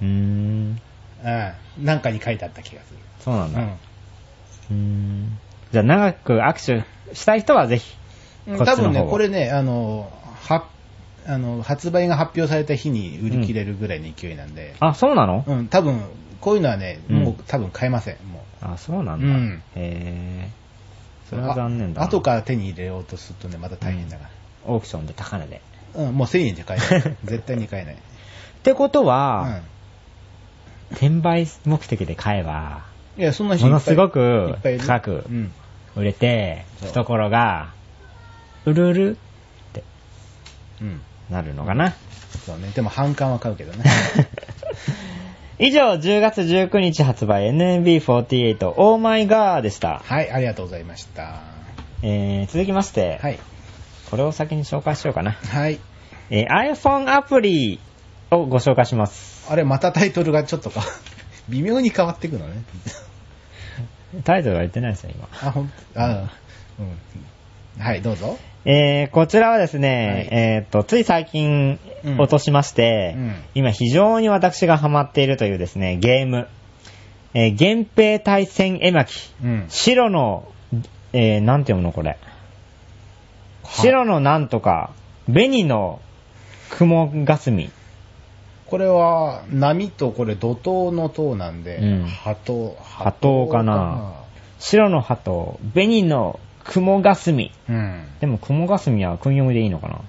Speaker 2: うーん、
Speaker 1: うん。なんかに書いてあった気がする。
Speaker 2: そうなんだ。
Speaker 1: うん
Speaker 2: うーん。じゃあ、長く握手したい人はぜひ、こっちの
Speaker 1: 多
Speaker 2: 方を
Speaker 1: 分ね、これね、あの、は、あの、発売が発表された日に売り切れるぐらいの勢いなんで、
Speaker 2: あ、そうなの
Speaker 1: うん、多分、こういうのはね、
Speaker 2: うん
Speaker 1: もう多分買えません、も
Speaker 2: あ、そうな
Speaker 1: う。
Speaker 2: ん
Speaker 1: う
Speaker 2: だ。
Speaker 1: ん。
Speaker 2: へー。それは残念だ
Speaker 1: あ
Speaker 2: な。
Speaker 1: 後から手に入れようとするとね、また大変だか
Speaker 2: オークションで高値で。っ
Speaker 1: ら。うん、もう1000円じゃ買え ない。絶対に買えない。
Speaker 2: てことは、
Speaker 1: う
Speaker 2: 転売目的で買えば、
Speaker 1: ん。いや、そんな人い
Speaker 2: も
Speaker 1: っぱい
Speaker 2: のすごく
Speaker 1: いっぱいいる
Speaker 2: 高く
Speaker 1: うん。
Speaker 2: 売れて、
Speaker 1: そう
Speaker 2: 懐が、うるうるって
Speaker 1: うん。
Speaker 2: なるの かな。
Speaker 1: そうね。でも反感は買うけ どね。
Speaker 2: 以上、10月19日発売 NMB48 Oh My God でした。
Speaker 1: はい、ありがとうございました。
Speaker 2: えー、続きまして、
Speaker 1: はい。
Speaker 2: これを先に紹介しようかな。
Speaker 1: はい。
Speaker 2: えー iPhone アプリをご紹介します。
Speaker 1: あれ、またタイトルがちょっとか、 微妙に変わってくの ね。
Speaker 2: タイトルは言ってないですよ、今。
Speaker 1: あ、ほんあ、うん。はい、どうぞ。
Speaker 2: えー、こちらはですね、えーっと、つい最近
Speaker 1: うん
Speaker 2: 落としまして、
Speaker 1: うん
Speaker 2: 今非常に私がハマっているというですね、ゲーム。えー、源平対戦絵巻。
Speaker 1: うん。
Speaker 2: 白の、えー、なんて読むのこれ。白のなんとか、紅の雲霞。
Speaker 1: これは、波とこれ、怒涛の塔なんで、
Speaker 2: うん
Speaker 1: 波涛。
Speaker 2: 波涛かな白の鳩と、紅の雲霞。
Speaker 1: 波涛かなうん。
Speaker 2: でも雲霞は訓読みでいいのかな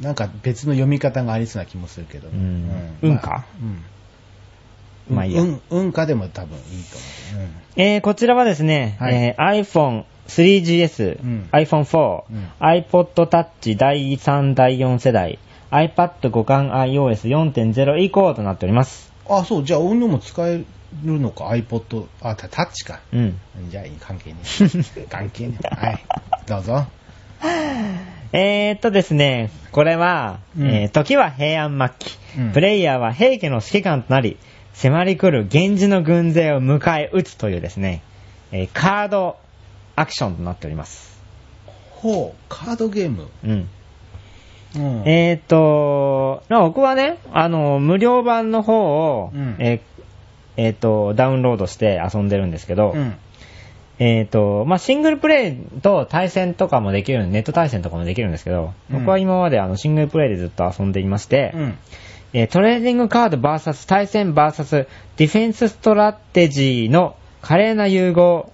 Speaker 1: なんか別の読み方がありそうな気もするけど。
Speaker 2: うん
Speaker 1: うん
Speaker 2: 運か
Speaker 1: うん。
Speaker 2: まあいいや
Speaker 1: うん、運かでも多分いいと思う。うん。
Speaker 2: えー、こちらはですね、
Speaker 1: はい
Speaker 2: えー iPhone 3GS、
Speaker 1: うん
Speaker 2: iPhone4、
Speaker 1: うん
Speaker 2: iPod Touch 第3、第4世代、iPad 互換 iOS4.0 以降となっております。
Speaker 1: あ、そう、じゃあ、音量も使えるのか、iPod、あ、タタッチか。
Speaker 2: うん。
Speaker 1: じゃあ、いい関 係ねえ。関係ねえ。はい。どうぞ。
Speaker 2: えー、っとですね、これは、
Speaker 1: うん
Speaker 2: えー時は平安末期、
Speaker 1: うん
Speaker 2: プレイヤーは平家の指揮官となり、迫り来る源氏の軍勢を迎え撃つというですね、えーカードアクションとなっております。
Speaker 1: ほう、カードゲーム。
Speaker 2: うん。
Speaker 1: うん。
Speaker 2: えーっと、まあ僕はね、あの、無料版の方を、
Speaker 1: うん
Speaker 2: えーえーっと、ダウンロードして遊んでるんですけど、
Speaker 1: うん。
Speaker 2: えっ、と、まあ、シングルプレイと対戦とかもできる、ネット対戦とかもできるんですけど、
Speaker 1: うん
Speaker 2: 僕は今まであのシングルプレイでずっと遊んでいまして、
Speaker 1: うん。
Speaker 2: えートレーディングカード VS 対戦 VS ディフェンスストラテジーの華麗な融合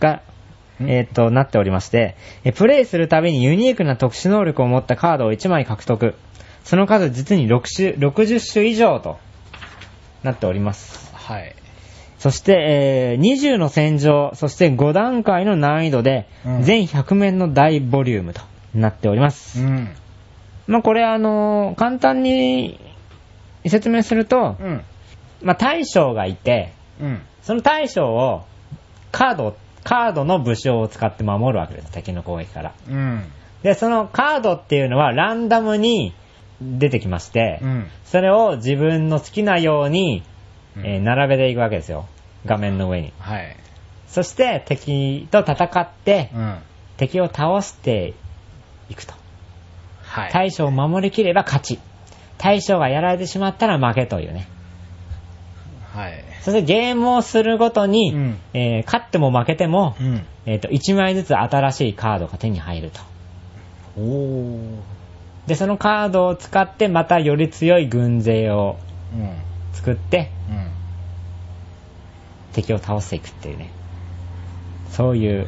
Speaker 2: が、
Speaker 1: うん
Speaker 2: えーと、なっておりまして、えープレイするたびにユニークな特殊能力を持ったカードを1枚獲得。その数実に6種、60種以上となっております。
Speaker 1: はい。
Speaker 2: そして、えー20の戦場、そして5段階の難易度で、
Speaker 1: うん
Speaker 2: 全100面の大ボリュームとなっております。
Speaker 1: うん。
Speaker 2: まあ、これあのー簡単に説明すると、
Speaker 1: うん。
Speaker 2: まあ、大将がいて、
Speaker 1: うん。
Speaker 2: その大将をカード、カードの武将を使って守るわけです。敵の攻撃から。
Speaker 1: うん。
Speaker 2: で、そのカードっていうのはランダムに出てきまして、
Speaker 1: うん。
Speaker 2: それを自分の好きなように、
Speaker 1: うん
Speaker 2: えー並べていくわけですよ。画面の上に。
Speaker 1: はい。
Speaker 2: そして敵と戦って、
Speaker 1: うん。
Speaker 2: 敵を倒していくと。
Speaker 1: はい。
Speaker 2: 大将を守りきれば勝ち。大将がやられてしまったら負けというね。
Speaker 1: はい。
Speaker 2: そしてゲームをするごとに、
Speaker 1: うん
Speaker 2: えー勝っても負けても、
Speaker 1: うん。
Speaker 2: えっ、と、1枚ずつ新しいカードが手に入ると。
Speaker 1: おー。
Speaker 2: で、そのカードを使ってまたより強い軍勢を
Speaker 1: うん。
Speaker 2: 作って
Speaker 1: うん。
Speaker 2: 敵を倒していくっていうね。そういう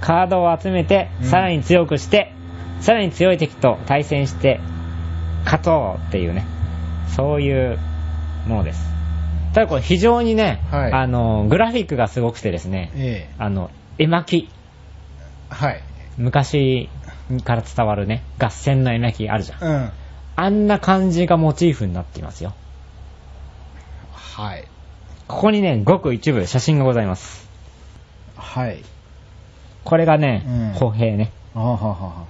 Speaker 2: カードを集めて
Speaker 1: うん
Speaker 2: さらに強くして、さらに強い敵と対戦して勝とうっていうね。そういうものです。ただこれ非常にね、
Speaker 1: はい
Speaker 2: あの、グラフィックがすごくてですね、
Speaker 1: え
Speaker 2: あの、絵巻、
Speaker 1: え。はい。
Speaker 2: 昔から伝わるね、合戦の絵巻あるじゃん。
Speaker 1: うん。
Speaker 2: あんな感じがモチーフになっていますよ。
Speaker 1: はい。
Speaker 2: ここにね、ごく一部写真がございます。
Speaker 1: はい。
Speaker 2: これがね、
Speaker 1: うん
Speaker 2: 歩兵ね。
Speaker 1: あははは。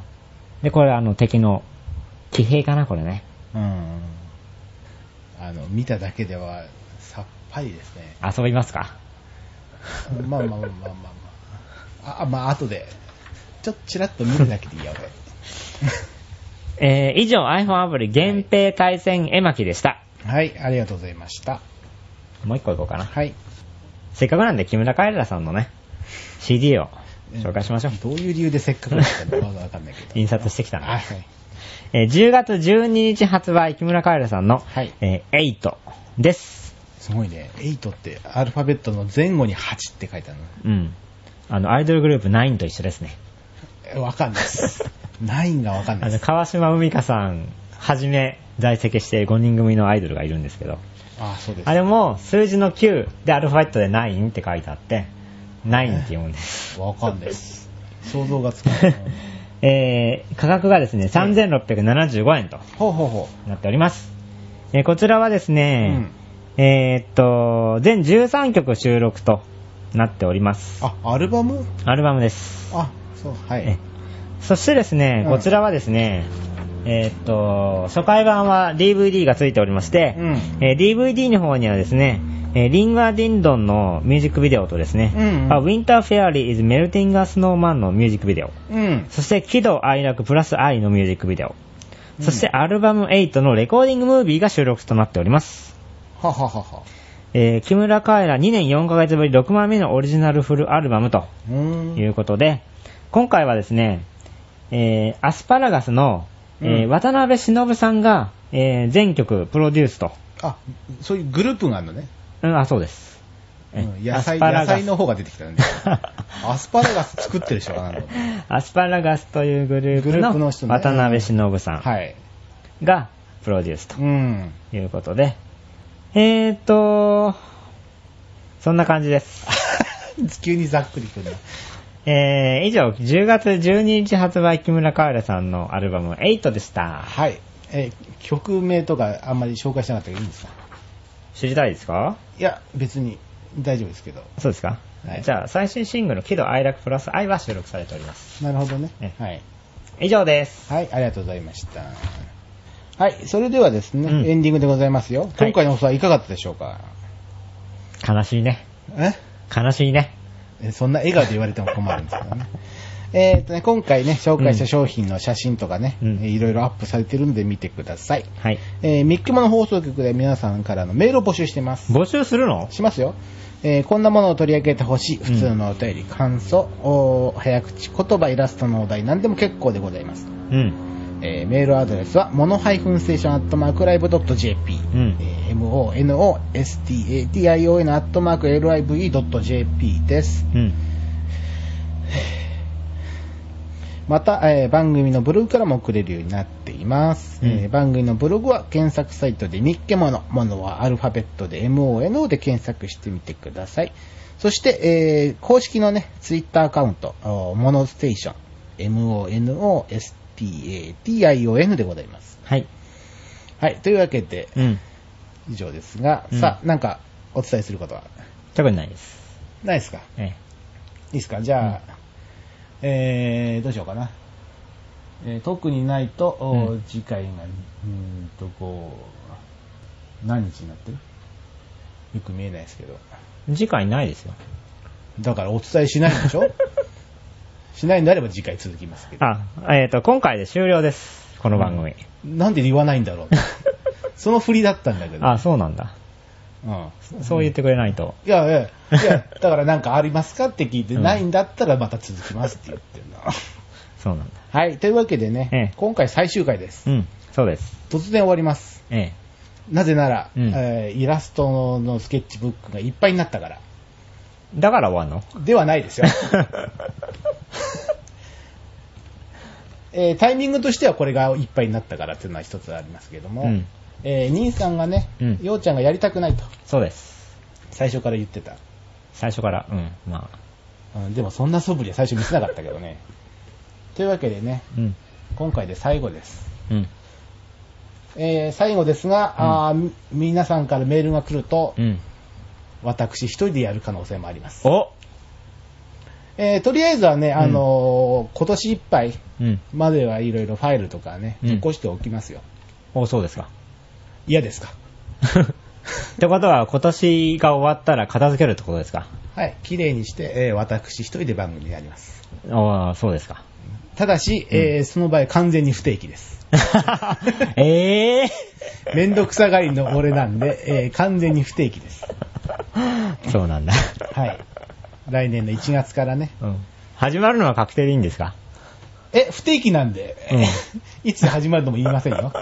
Speaker 2: で、これあの敵の騎兵かな、これね。
Speaker 1: うん。あの、見ただけでは、さっぱりですね。
Speaker 2: 遊びますか
Speaker 1: まあまあまあまあまあ。あ、あまあ、後で。ちょっとチラッと見るだけでいいや、 俺。
Speaker 2: えー、以上 iPhone アプリ源平対戦絵巻でした。
Speaker 1: はい、ありがとうございました。
Speaker 2: もう一個いこうかな。
Speaker 1: はい。
Speaker 2: せっかくなんで木村カエラさんのね、CD を紹介しましょう。
Speaker 1: どういう理由でせっかくだったのかまだわかんないけど。
Speaker 2: 印刷してきたの
Speaker 1: はい。はい
Speaker 2: えー10月12日発売、木村カエラさんの、
Speaker 1: はい
Speaker 2: えー8です。
Speaker 1: すごいね。8ってアルファベットの前後に8って書いてあるの
Speaker 2: うん。あの、アイドルグループ9と一緒ですね。
Speaker 1: え。わかんない です。9がわかんな
Speaker 2: あ
Speaker 1: いで
Speaker 2: の、
Speaker 1: す。
Speaker 2: 川島海香さん、はじめ在籍している5人組のアイドルがいるんですけど、
Speaker 1: あそうです。
Speaker 2: あれも数字の9でアルファベットで9って書いてあって、9って読むんです。
Speaker 1: わかんないです。想像がつかない。
Speaker 2: えー、価格がですね、3675円と
Speaker 1: ほうほうほ
Speaker 2: なっております。えーこちらはです
Speaker 1: う。
Speaker 2: ね、。えーっと、全13曲収録となっております。
Speaker 1: あ、アルバム
Speaker 2: アルバムです。
Speaker 1: あ、そう、は
Speaker 2: え
Speaker 1: い。
Speaker 2: そしてですね、
Speaker 1: うん
Speaker 2: こちらはですね、えーっと、初回版は DVD がついておりまして、
Speaker 1: うん
Speaker 2: えー DVD の方にはですね、えーリンガー・ディンドンのミュージックビデオとですね、
Speaker 1: うんうん
Speaker 2: あウィンター・フェアリー・イズ・メルティング・ア・スノーマンのミュージックビデオ、
Speaker 1: うん。
Speaker 2: そして喜怒哀楽プラス愛のミュージックビデオ、そしてアルバム8のレコーディングムービーが収録となっております。
Speaker 1: はははは。
Speaker 2: えー木村カエラ2年4ヶ月ぶり6枚目のオリジナルフルアルバムと
Speaker 1: うー
Speaker 2: とい
Speaker 1: ん。
Speaker 2: うことで、今回はですね、えーアスパラガスの、えー
Speaker 1: うん
Speaker 2: 渡辺忍さんが、えー全曲プロデュースと。
Speaker 1: あ、そういうグループがあるのね。
Speaker 2: うん、あ、そうです。え
Speaker 1: うん野菜、
Speaker 2: アスパラ
Speaker 1: 野
Speaker 2: ガス
Speaker 1: 菜の方が出てき たんで。アスパラガス作ってる人がなるほど。
Speaker 2: アスパラガスというグループ
Speaker 1: グルー
Speaker 2: の
Speaker 1: プの人ね
Speaker 2: 渡辺忍さ
Speaker 1: はい。
Speaker 2: んがプロデュースと
Speaker 1: うん。
Speaker 2: いうことで、えーっと、そんな感 じです。
Speaker 1: 急にざっくりくるな。
Speaker 2: えー、以上、10月12日発売木村カエラさんのアルバム8でした。
Speaker 1: はい。えー曲名とかあんまり紹介しなかったけどいいんですか
Speaker 2: 知りたいですか
Speaker 1: いや、別に大丈夫ですけど。
Speaker 2: そうですか、
Speaker 1: はい
Speaker 2: じゃあ、最新シングル、喜怒哀楽プラス愛は収録されております。
Speaker 1: なるほどね
Speaker 2: え。
Speaker 1: はい。
Speaker 2: 以上です。
Speaker 1: はい、ありがとうございました。はい、それではですね、
Speaker 2: うん
Speaker 1: エンディングでございますよ。今回の放送はいかがだったでしょうか、
Speaker 2: 悲しいね。
Speaker 1: え
Speaker 2: 悲しいね。
Speaker 1: えそんな笑顔で言われても困るんですけどね。 えーとね、今回ね、紹介した商品の写真とかね、
Speaker 2: うん
Speaker 1: えいろいろアップされてるんで見てください。
Speaker 2: はい。
Speaker 1: えー、ミックマの放送局で皆さんからのメールを募集してます。
Speaker 2: 募集するの
Speaker 1: しますよ。えーこんなものを取り上げてほしい普通のお便り、感想お早口言葉イラストのお題何でも結構でございます、
Speaker 2: うん。
Speaker 1: えーメールアドレスはモノハイフンステーションアットマークライブドット JP、
Speaker 2: うん
Speaker 1: えー monostation アットマーク live.jp です
Speaker 2: うん。
Speaker 1: また、えー番組のブログからも送れるようになっています、
Speaker 2: うん
Speaker 1: えー番組のブログは検索サイトで日ケモノ、モノはアルファベットで MONO で検索してみてください。そして、えー公式のね、ツイッターアカウント、おモノステーション、MONOSTATION でございます。
Speaker 2: はい。
Speaker 1: はい、というわけで、
Speaker 2: うん。
Speaker 1: 以上ですが、
Speaker 2: うん
Speaker 1: さあ、なんかお伝えすることは
Speaker 2: 特にないです。
Speaker 1: ないですか
Speaker 2: え
Speaker 1: いいですかじゃあ、えー、どうしようかな。えー特にないと、お
Speaker 2: うん
Speaker 1: 次回が、うーんと、こう、何日になってるよく見えないですけど。
Speaker 2: え次回ないですよ。
Speaker 1: だからお伝えしないんでし ょしないんであれば次回続きますけど。
Speaker 2: あ、えっ、と、今回で終了です。この番組。
Speaker 1: なんで言わないんだ ろうその振りだったんだけど。
Speaker 2: あ、そうなんだ。
Speaker 1: うん。
Speaker 2: そう言ってくれないと。
Speaker 1: いやいや、いや、だからなんかありますかって聞いて、ないんだったらまた続きますって言ってるな。
Speaker 2: そうなんだ。
Speaker 1: はい、というわけでね、
Speaker 2: ええ
Speaker 1: 今回最終回です。
Speaker 2: うん。そうです。
Speaker 1: 突然終わります。
Speaker 2: え
Speaker 1: なぜなら、
Speaker 2: うん
Speaker 1: えーイラストのスケッチブックがいっぱいになったから。
Speaker 2: え。だから終わんの
Speaker 1: ではない ですよ。えータイミングとしてはこれがいっぱいになったからっていうのは一つありますけども、
Speaker 2: うん
Speaker 1: えー兄さんがね、
Speaker 2: うん
Speaker 1: ようちゃんがやりたくないと、
Speaker 2: そうです。
Speaker 1: 最初から言ってた。
Speaker 2: 最初から、うん。まあ。
Speaker 1: うん、でもそんな素振りは最初見せなかったけどね。 というわけでね、
Speaker 2: うん。
Speaker 1: 今回で最後です。
Speaker 2: うん。
Speaker 1: えー最後ですが、あーみ皆さんからメールが来ると、
Speaker 2: うん。
Speaker 1: 私一人でやる可能性もあります。
Speaker 2: お
Speaker 1: えーとりあえずはね、あのー今年いっぱい
Speaker 2: うん。
Speaker 1: まではいろいろファイルとかね、
Speaker 2: うん
Speaker 1: 残しておきますよ。
Speaker 2: お、そうですか。
Speaker 1: 嫌ですか
Speaker 2: ってことは、今年が終わったら片付けるってことですか
Speaker 1: はい、綺麗にして、えー私一人で番組やります。
Speaker 2: ああ、そうですか。
Speaker 1: ただし、えーその場合完全に不定期です。
Speaker 2: ええ
Speaker 1: めんどくさがりの俺なんで、えー完全に不定期です。
Speaker 2: そうなんだ。
Speaker 1: はい。来年の1月からね。
Speaker 2: うん。始まるのは確定でいいんですか
Speaker 1: え、不定期なんで、
Speaker 2: うん
Speaker 1: いつ始まるのも言いませんよ。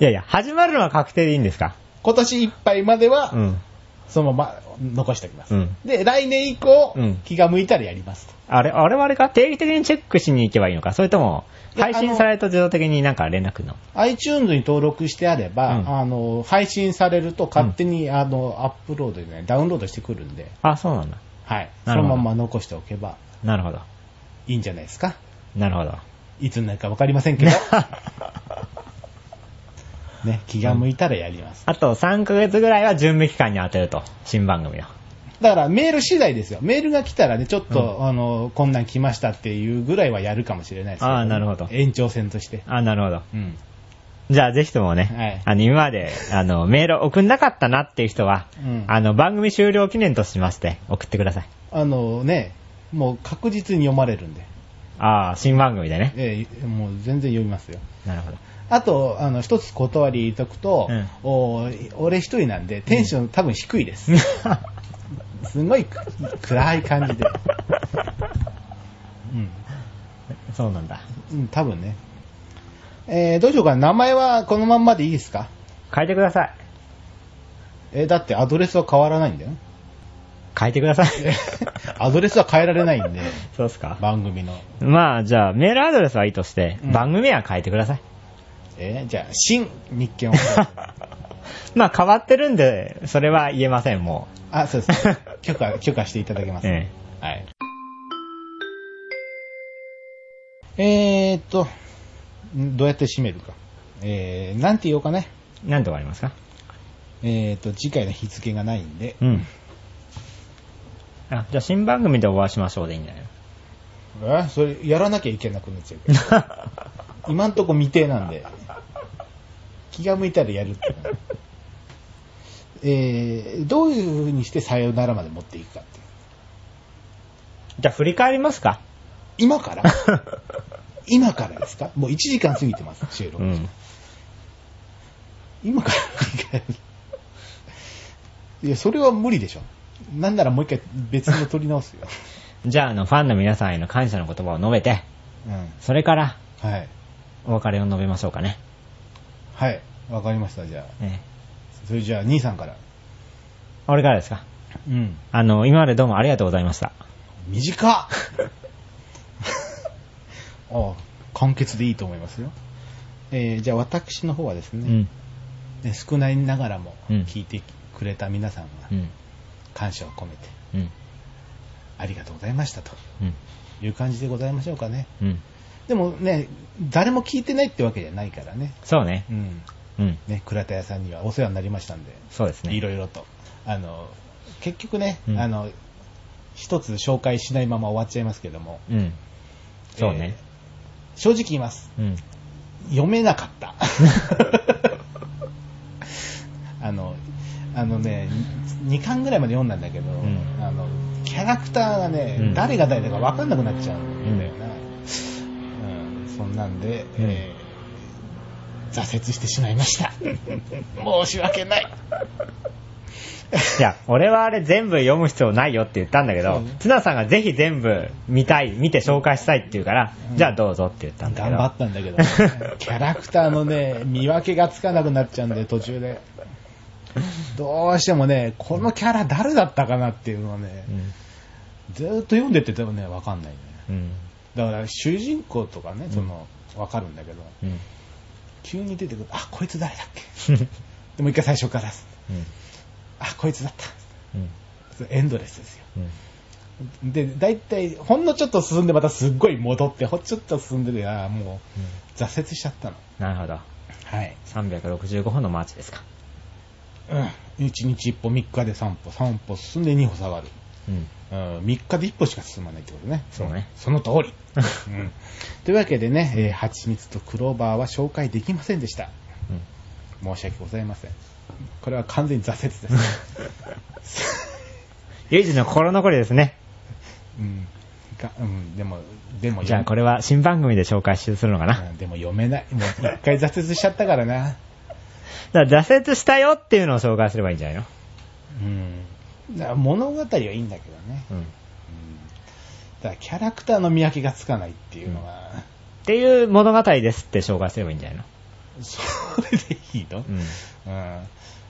Speaker 2: いやいや、始まるのは確定でいいんですか
Speaker 1: 今年いっぱいまでは、
Speaker 2: うん。
Speaker 1: そのまま残しておきます。
Speaker 2: うん
Speaker 1: で、来年以降、
Speaker 2: うん
Speaker 1: 気が向いたらやりますと。
Speaker 2: あれ、あれはあれか定期的にチェックしに行けばいいのかそれとも、
Speaker 1: いや
Speaker 2: 配信されると自動的になんか連絡の。
Speaker 1: iTunes に登録してあれば、
Speaker 2: うん
Speaker 1: あの配信されると勝手に、あのアップロードで、ね、ダウンロードしてくるんで、
Speaker 2: あ、そうなんだ。
Speaker 1: はい、そ
Speaker 2: なる
Speaker 1: の
Speaker 2: ほど
Speaker 1: まま残しておけば
Speaker 2: なるほど。
Speaker 1: いいんじゃないですか。
Speaker 2: なるほど。
Speaker 1: いつになるか分かりませんけど、ね、気が向いたらやります。
Speaker 2: あと3ヶ月ぐらいは準備期間に当てると。新番組を。
Speaker 1: だからメール次第ですよ。メールが来たらね、ちょっと、あの、こんなん来ましたっていうぐらいはやるかもしれないですけ
Speaker 2: あーなるほど
Speaker 1: 延長線として。
Speaker 2: あ、なるほど。
Speaker 1: うん。
Speaker 2: じゃあぜひともね、
Speaker 1: はい
Speaker 2: あの今まであのメールを送んなかったなっていう人は、
Speaker 1: うん
Speaker 2: あの番組終了記念としまして送ってください。
Speaker 1: あのね、もう確実に読まれるんで、
Speaker 2: ああ、新番組でね。
Speaker 1: ええもう全然読みますよ。
Speaker 2: なるほど。
Speaker 1: あと、あの、一つ断りとくと、
Speaker 2: うん
Speaker 1: お俺一人なんで、テンション多分低い です。すごいく暗い感じで。うん
Speaker 2: そうなんだ。
Speaker 1: うん、多分ね。えー、どうしようかな。名前はこのまんまでいいですか
Speaker 2: 変えてください。
Speaker 1: えーだってアドレスは変わらない んだよ。
Speaker 2: 変えてください。
Speaker 1: アドレスは変えられないんで、
Speaker 2: そうですか。
Speaker 1: 番組の。
Speaker 2: まあ、じゃあ、メールアドレスはいいとして、
Speaker 1: うん
Speaker 2: 番組は変えてください。
Speaker 1: えーじゃあ、新日経放送
Speaker 2: まあ、変わってるんで、それは言えません、も
Speaker 1: あ、そうですね。許可、許可していただけま
Speaker 2: う。
Speaker 1: す。
Speaker 2: え
Speaker 1: はい。えーっと、んどうやって締めるか。えー、なんて言おうかね。
Speaker 2: え。なんとかありますか
Speaker 1: えーっと、次回の日付がないんで、
Speaker 2: うん。あ、じゃあ、新番組でお会いしましょうでいいんじゃないの
Speaker 1: えーそれやらなきゃいけなくなっちゃうから今んとこ未定なんで、気が向いたらやるっていうのはえー、どういう風にしてさよならまで持っていくかっていう。
Speaker 2: じゃあ、振り返りますか
Speaker 1: 今から今からですかもう1時間過ぎてます、収録。
Speaker 2: うん。
Speaker 1: 今から振り返る。いや、それは無理でしょ。なんならもう一回別の取り直すよ。
Speaker 2: じゃあ、あの、ファンの皆さんへの感謝の言葉を述べて、
Speaker 1: うん。
Speaker 2: それから、
Speaker 1: はい。
Speaker 2: お別れを述べましょうかね。
Speaker 1: はい。わかりました、じゃあ。
Speaker 2: ええ
Speaker 1: それじゃあ、兄さんから。
Speaker 2: 俺からですか。
Speaker 1: うん。
Speaker 2: あの、今までどうもありがとうございました。
Speaker 1: 短っああ、簡潔でいいと思いますよ。えーじゃあ私の方はです
Speaker 2: う
Speaker 1: ね、
Speaker 2: ん。
Speaker 1: ね少ないながらも
Speaker 2: うん
Speaker 1: 聞いてくれた皆さんが
Speaker 2: うん。
Speaker 1: 感謝を込めて
Speaker 2: うん。
Speaker 1: ありがとうございましたと
Speaker 2: うん。
Speaker 1: いう感じでございましょうかね。
Speaker 2: うん。
Speaker 1: でもね、誰も聞いてないってわけじゃないからね。
Speaker 2: そうね
Speaker 1: う。ん。
Speaker 2: うん。
Speaker 1: ね、倉田屋さんにはお世話になりましたんで、
Speaker 2: そうですね。
Speaker 1: いろいろと。あの、結局ね、
Speaker 2: うん
Speaker 1: あの、一つ紹介しないまま終わっちゃいますけども、
Speaker 2: うん。そうね。
Speaker 1: 正直言います。
Speaker 2: うん。
Speaker 1: 読めなかった。 あの、あのね、2巻ぐらいまで読んだんだけど、
Speaker 2: ん
Speaker 1: あの、キャラクターがね、
Speaker 2: うん
Speaker 1: 誰が誰だか分かんなくなっちゃうんだよな。うん、そんなんで、えー挫折してしまいました。 申し訳ない。
Speaker 2: いや、俺はあれ全部読む必要ないよって言ったんだけ
Speaker 1: そ
Speaker 2: ど
Speaker 1: うね、
Speaker 2: ツナさんがぜひ全部見たい、見て紹介したいって言うから
Speaker 1: う、ん
Speaker 2: じゃあどうぞって言ったんだけ
Speaker 1: 頑
Speaker 2: ど。
Speaker 1: 張ったんだけど、 キャラクターのね、見分けがつかなくなっちゃうんで、途中で。どうしてもね、このキャラ誰だったかなっていうのはね、ずーっと読んでてでもね、わかんないね。
Speaker 2: うん。うん。
Speaker 1: だから主人公とかね、その、わかるんだけど、
Speaker 2: うん。
Speaker 1: 急に出てくる、あ、こいつ誰だっけでもう一回最初からです。
Speaker 2: うん。
Speaker 1: あ、こいつだった。
Speaker 2: うん。
Speaker 1: それエンドレスですよ。
Speaker 2: うん。
Speaker 1: で、大体、ほんのちょっと進んでまたすっごい戻って、ほんちょっと進んでで、あーもう挫折しちゃったの。
Speaker 2: なるほど。
Speaker 1: はい。
Speaker 2: 365歩のマーチですか。
Speaker 1: うん。1日1歩、3日で3歩、3歩進んで2歩下がる。
Speaker 2: うん。
Speaker 1: うん、3日で1歩しか進まないってことね。
Speaker 2: そうね
Speaker 1: その通り。 うん、というわけでね、えー、蜂蜜とクローバーは紹介できませんでした。
Speaker 2: うん。
Speaker 1: 申し訳ございません。これは完全に挫折 です。
Speaker 2: 唯一の心残りですね。
Speaker 1: うんがうん、でも、でも、
Speaker 2: じゃあこれは新番組で紹介するのかな。
Speaker 1: うんでも読めない。もう一回挫折しちゃったからな。
Speaker 2: だから挫折したよっていうのを紹介すればいいんじゃないの
Speaker 1: うん。だから物語はいいんだけどね。
Speaker 2: うん。っ
Speaker 1: うんだからキャラクターの見分けがつかないっていうのは、
Speaker 2: ていう物語ですって紹介すればいいんじゃないの
Speaker 1: それでいいの、
Speaker 2: う
Speaker 1: う
Speaker 2: ん。
Speaker 1: ん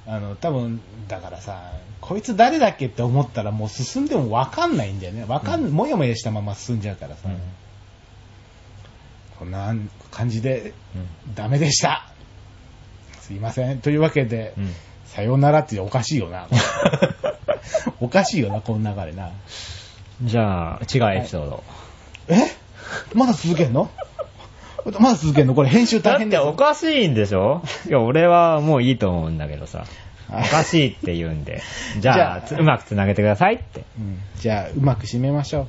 Speaker 1: あの、多分、だからさ、こいつ誰だっけって思ったらもう進んでもわかんないんだよね。わかん、
Speaker 2: うん
Speaker 1: もやもやしたまま進んじゃうからさ。
Speaker 2: うん
Speaker 1: こんな感じで、
Speaker 2: うん
Speaker 1: ダメでした。すいません。というわけで、
Speaker 2: うん
Speaker 1: さようならっておかしいよ な。おかしいよな、この流れな。
Speaker 2: じゃあ、違うエピソード。
Speaker 1: えまだ続けんのまだ続けんのこれ編集
Speaker 2: だ
Speaker 1: 大
Speaker 2: っ
Speaker 1: 変
Speaker 2: て
Speaker 1: だよ。
Speaker 2: おかしいんでしょいや、俺はもういいと思うんだけどさ。お
Speaker 1: はい
Speaker 2: かしいって言うんで。じ
Speaker 1: じ
Speaker 2: ゃ
Speaker 1: ゃ
Speaker 2: あ、
Speaker 1: あ
Speaker 2: つうまくつなげてくださいって。
Speaker 1: うんじゃあ、うまく締めましょう。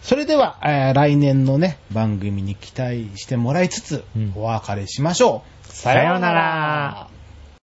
Speaker 1: それでは、えー来年のね、番組に期待してもらいつつ、
Speaker 2: うん
Speaker 1: お別れしましょう。
Speaker 2: さようなら。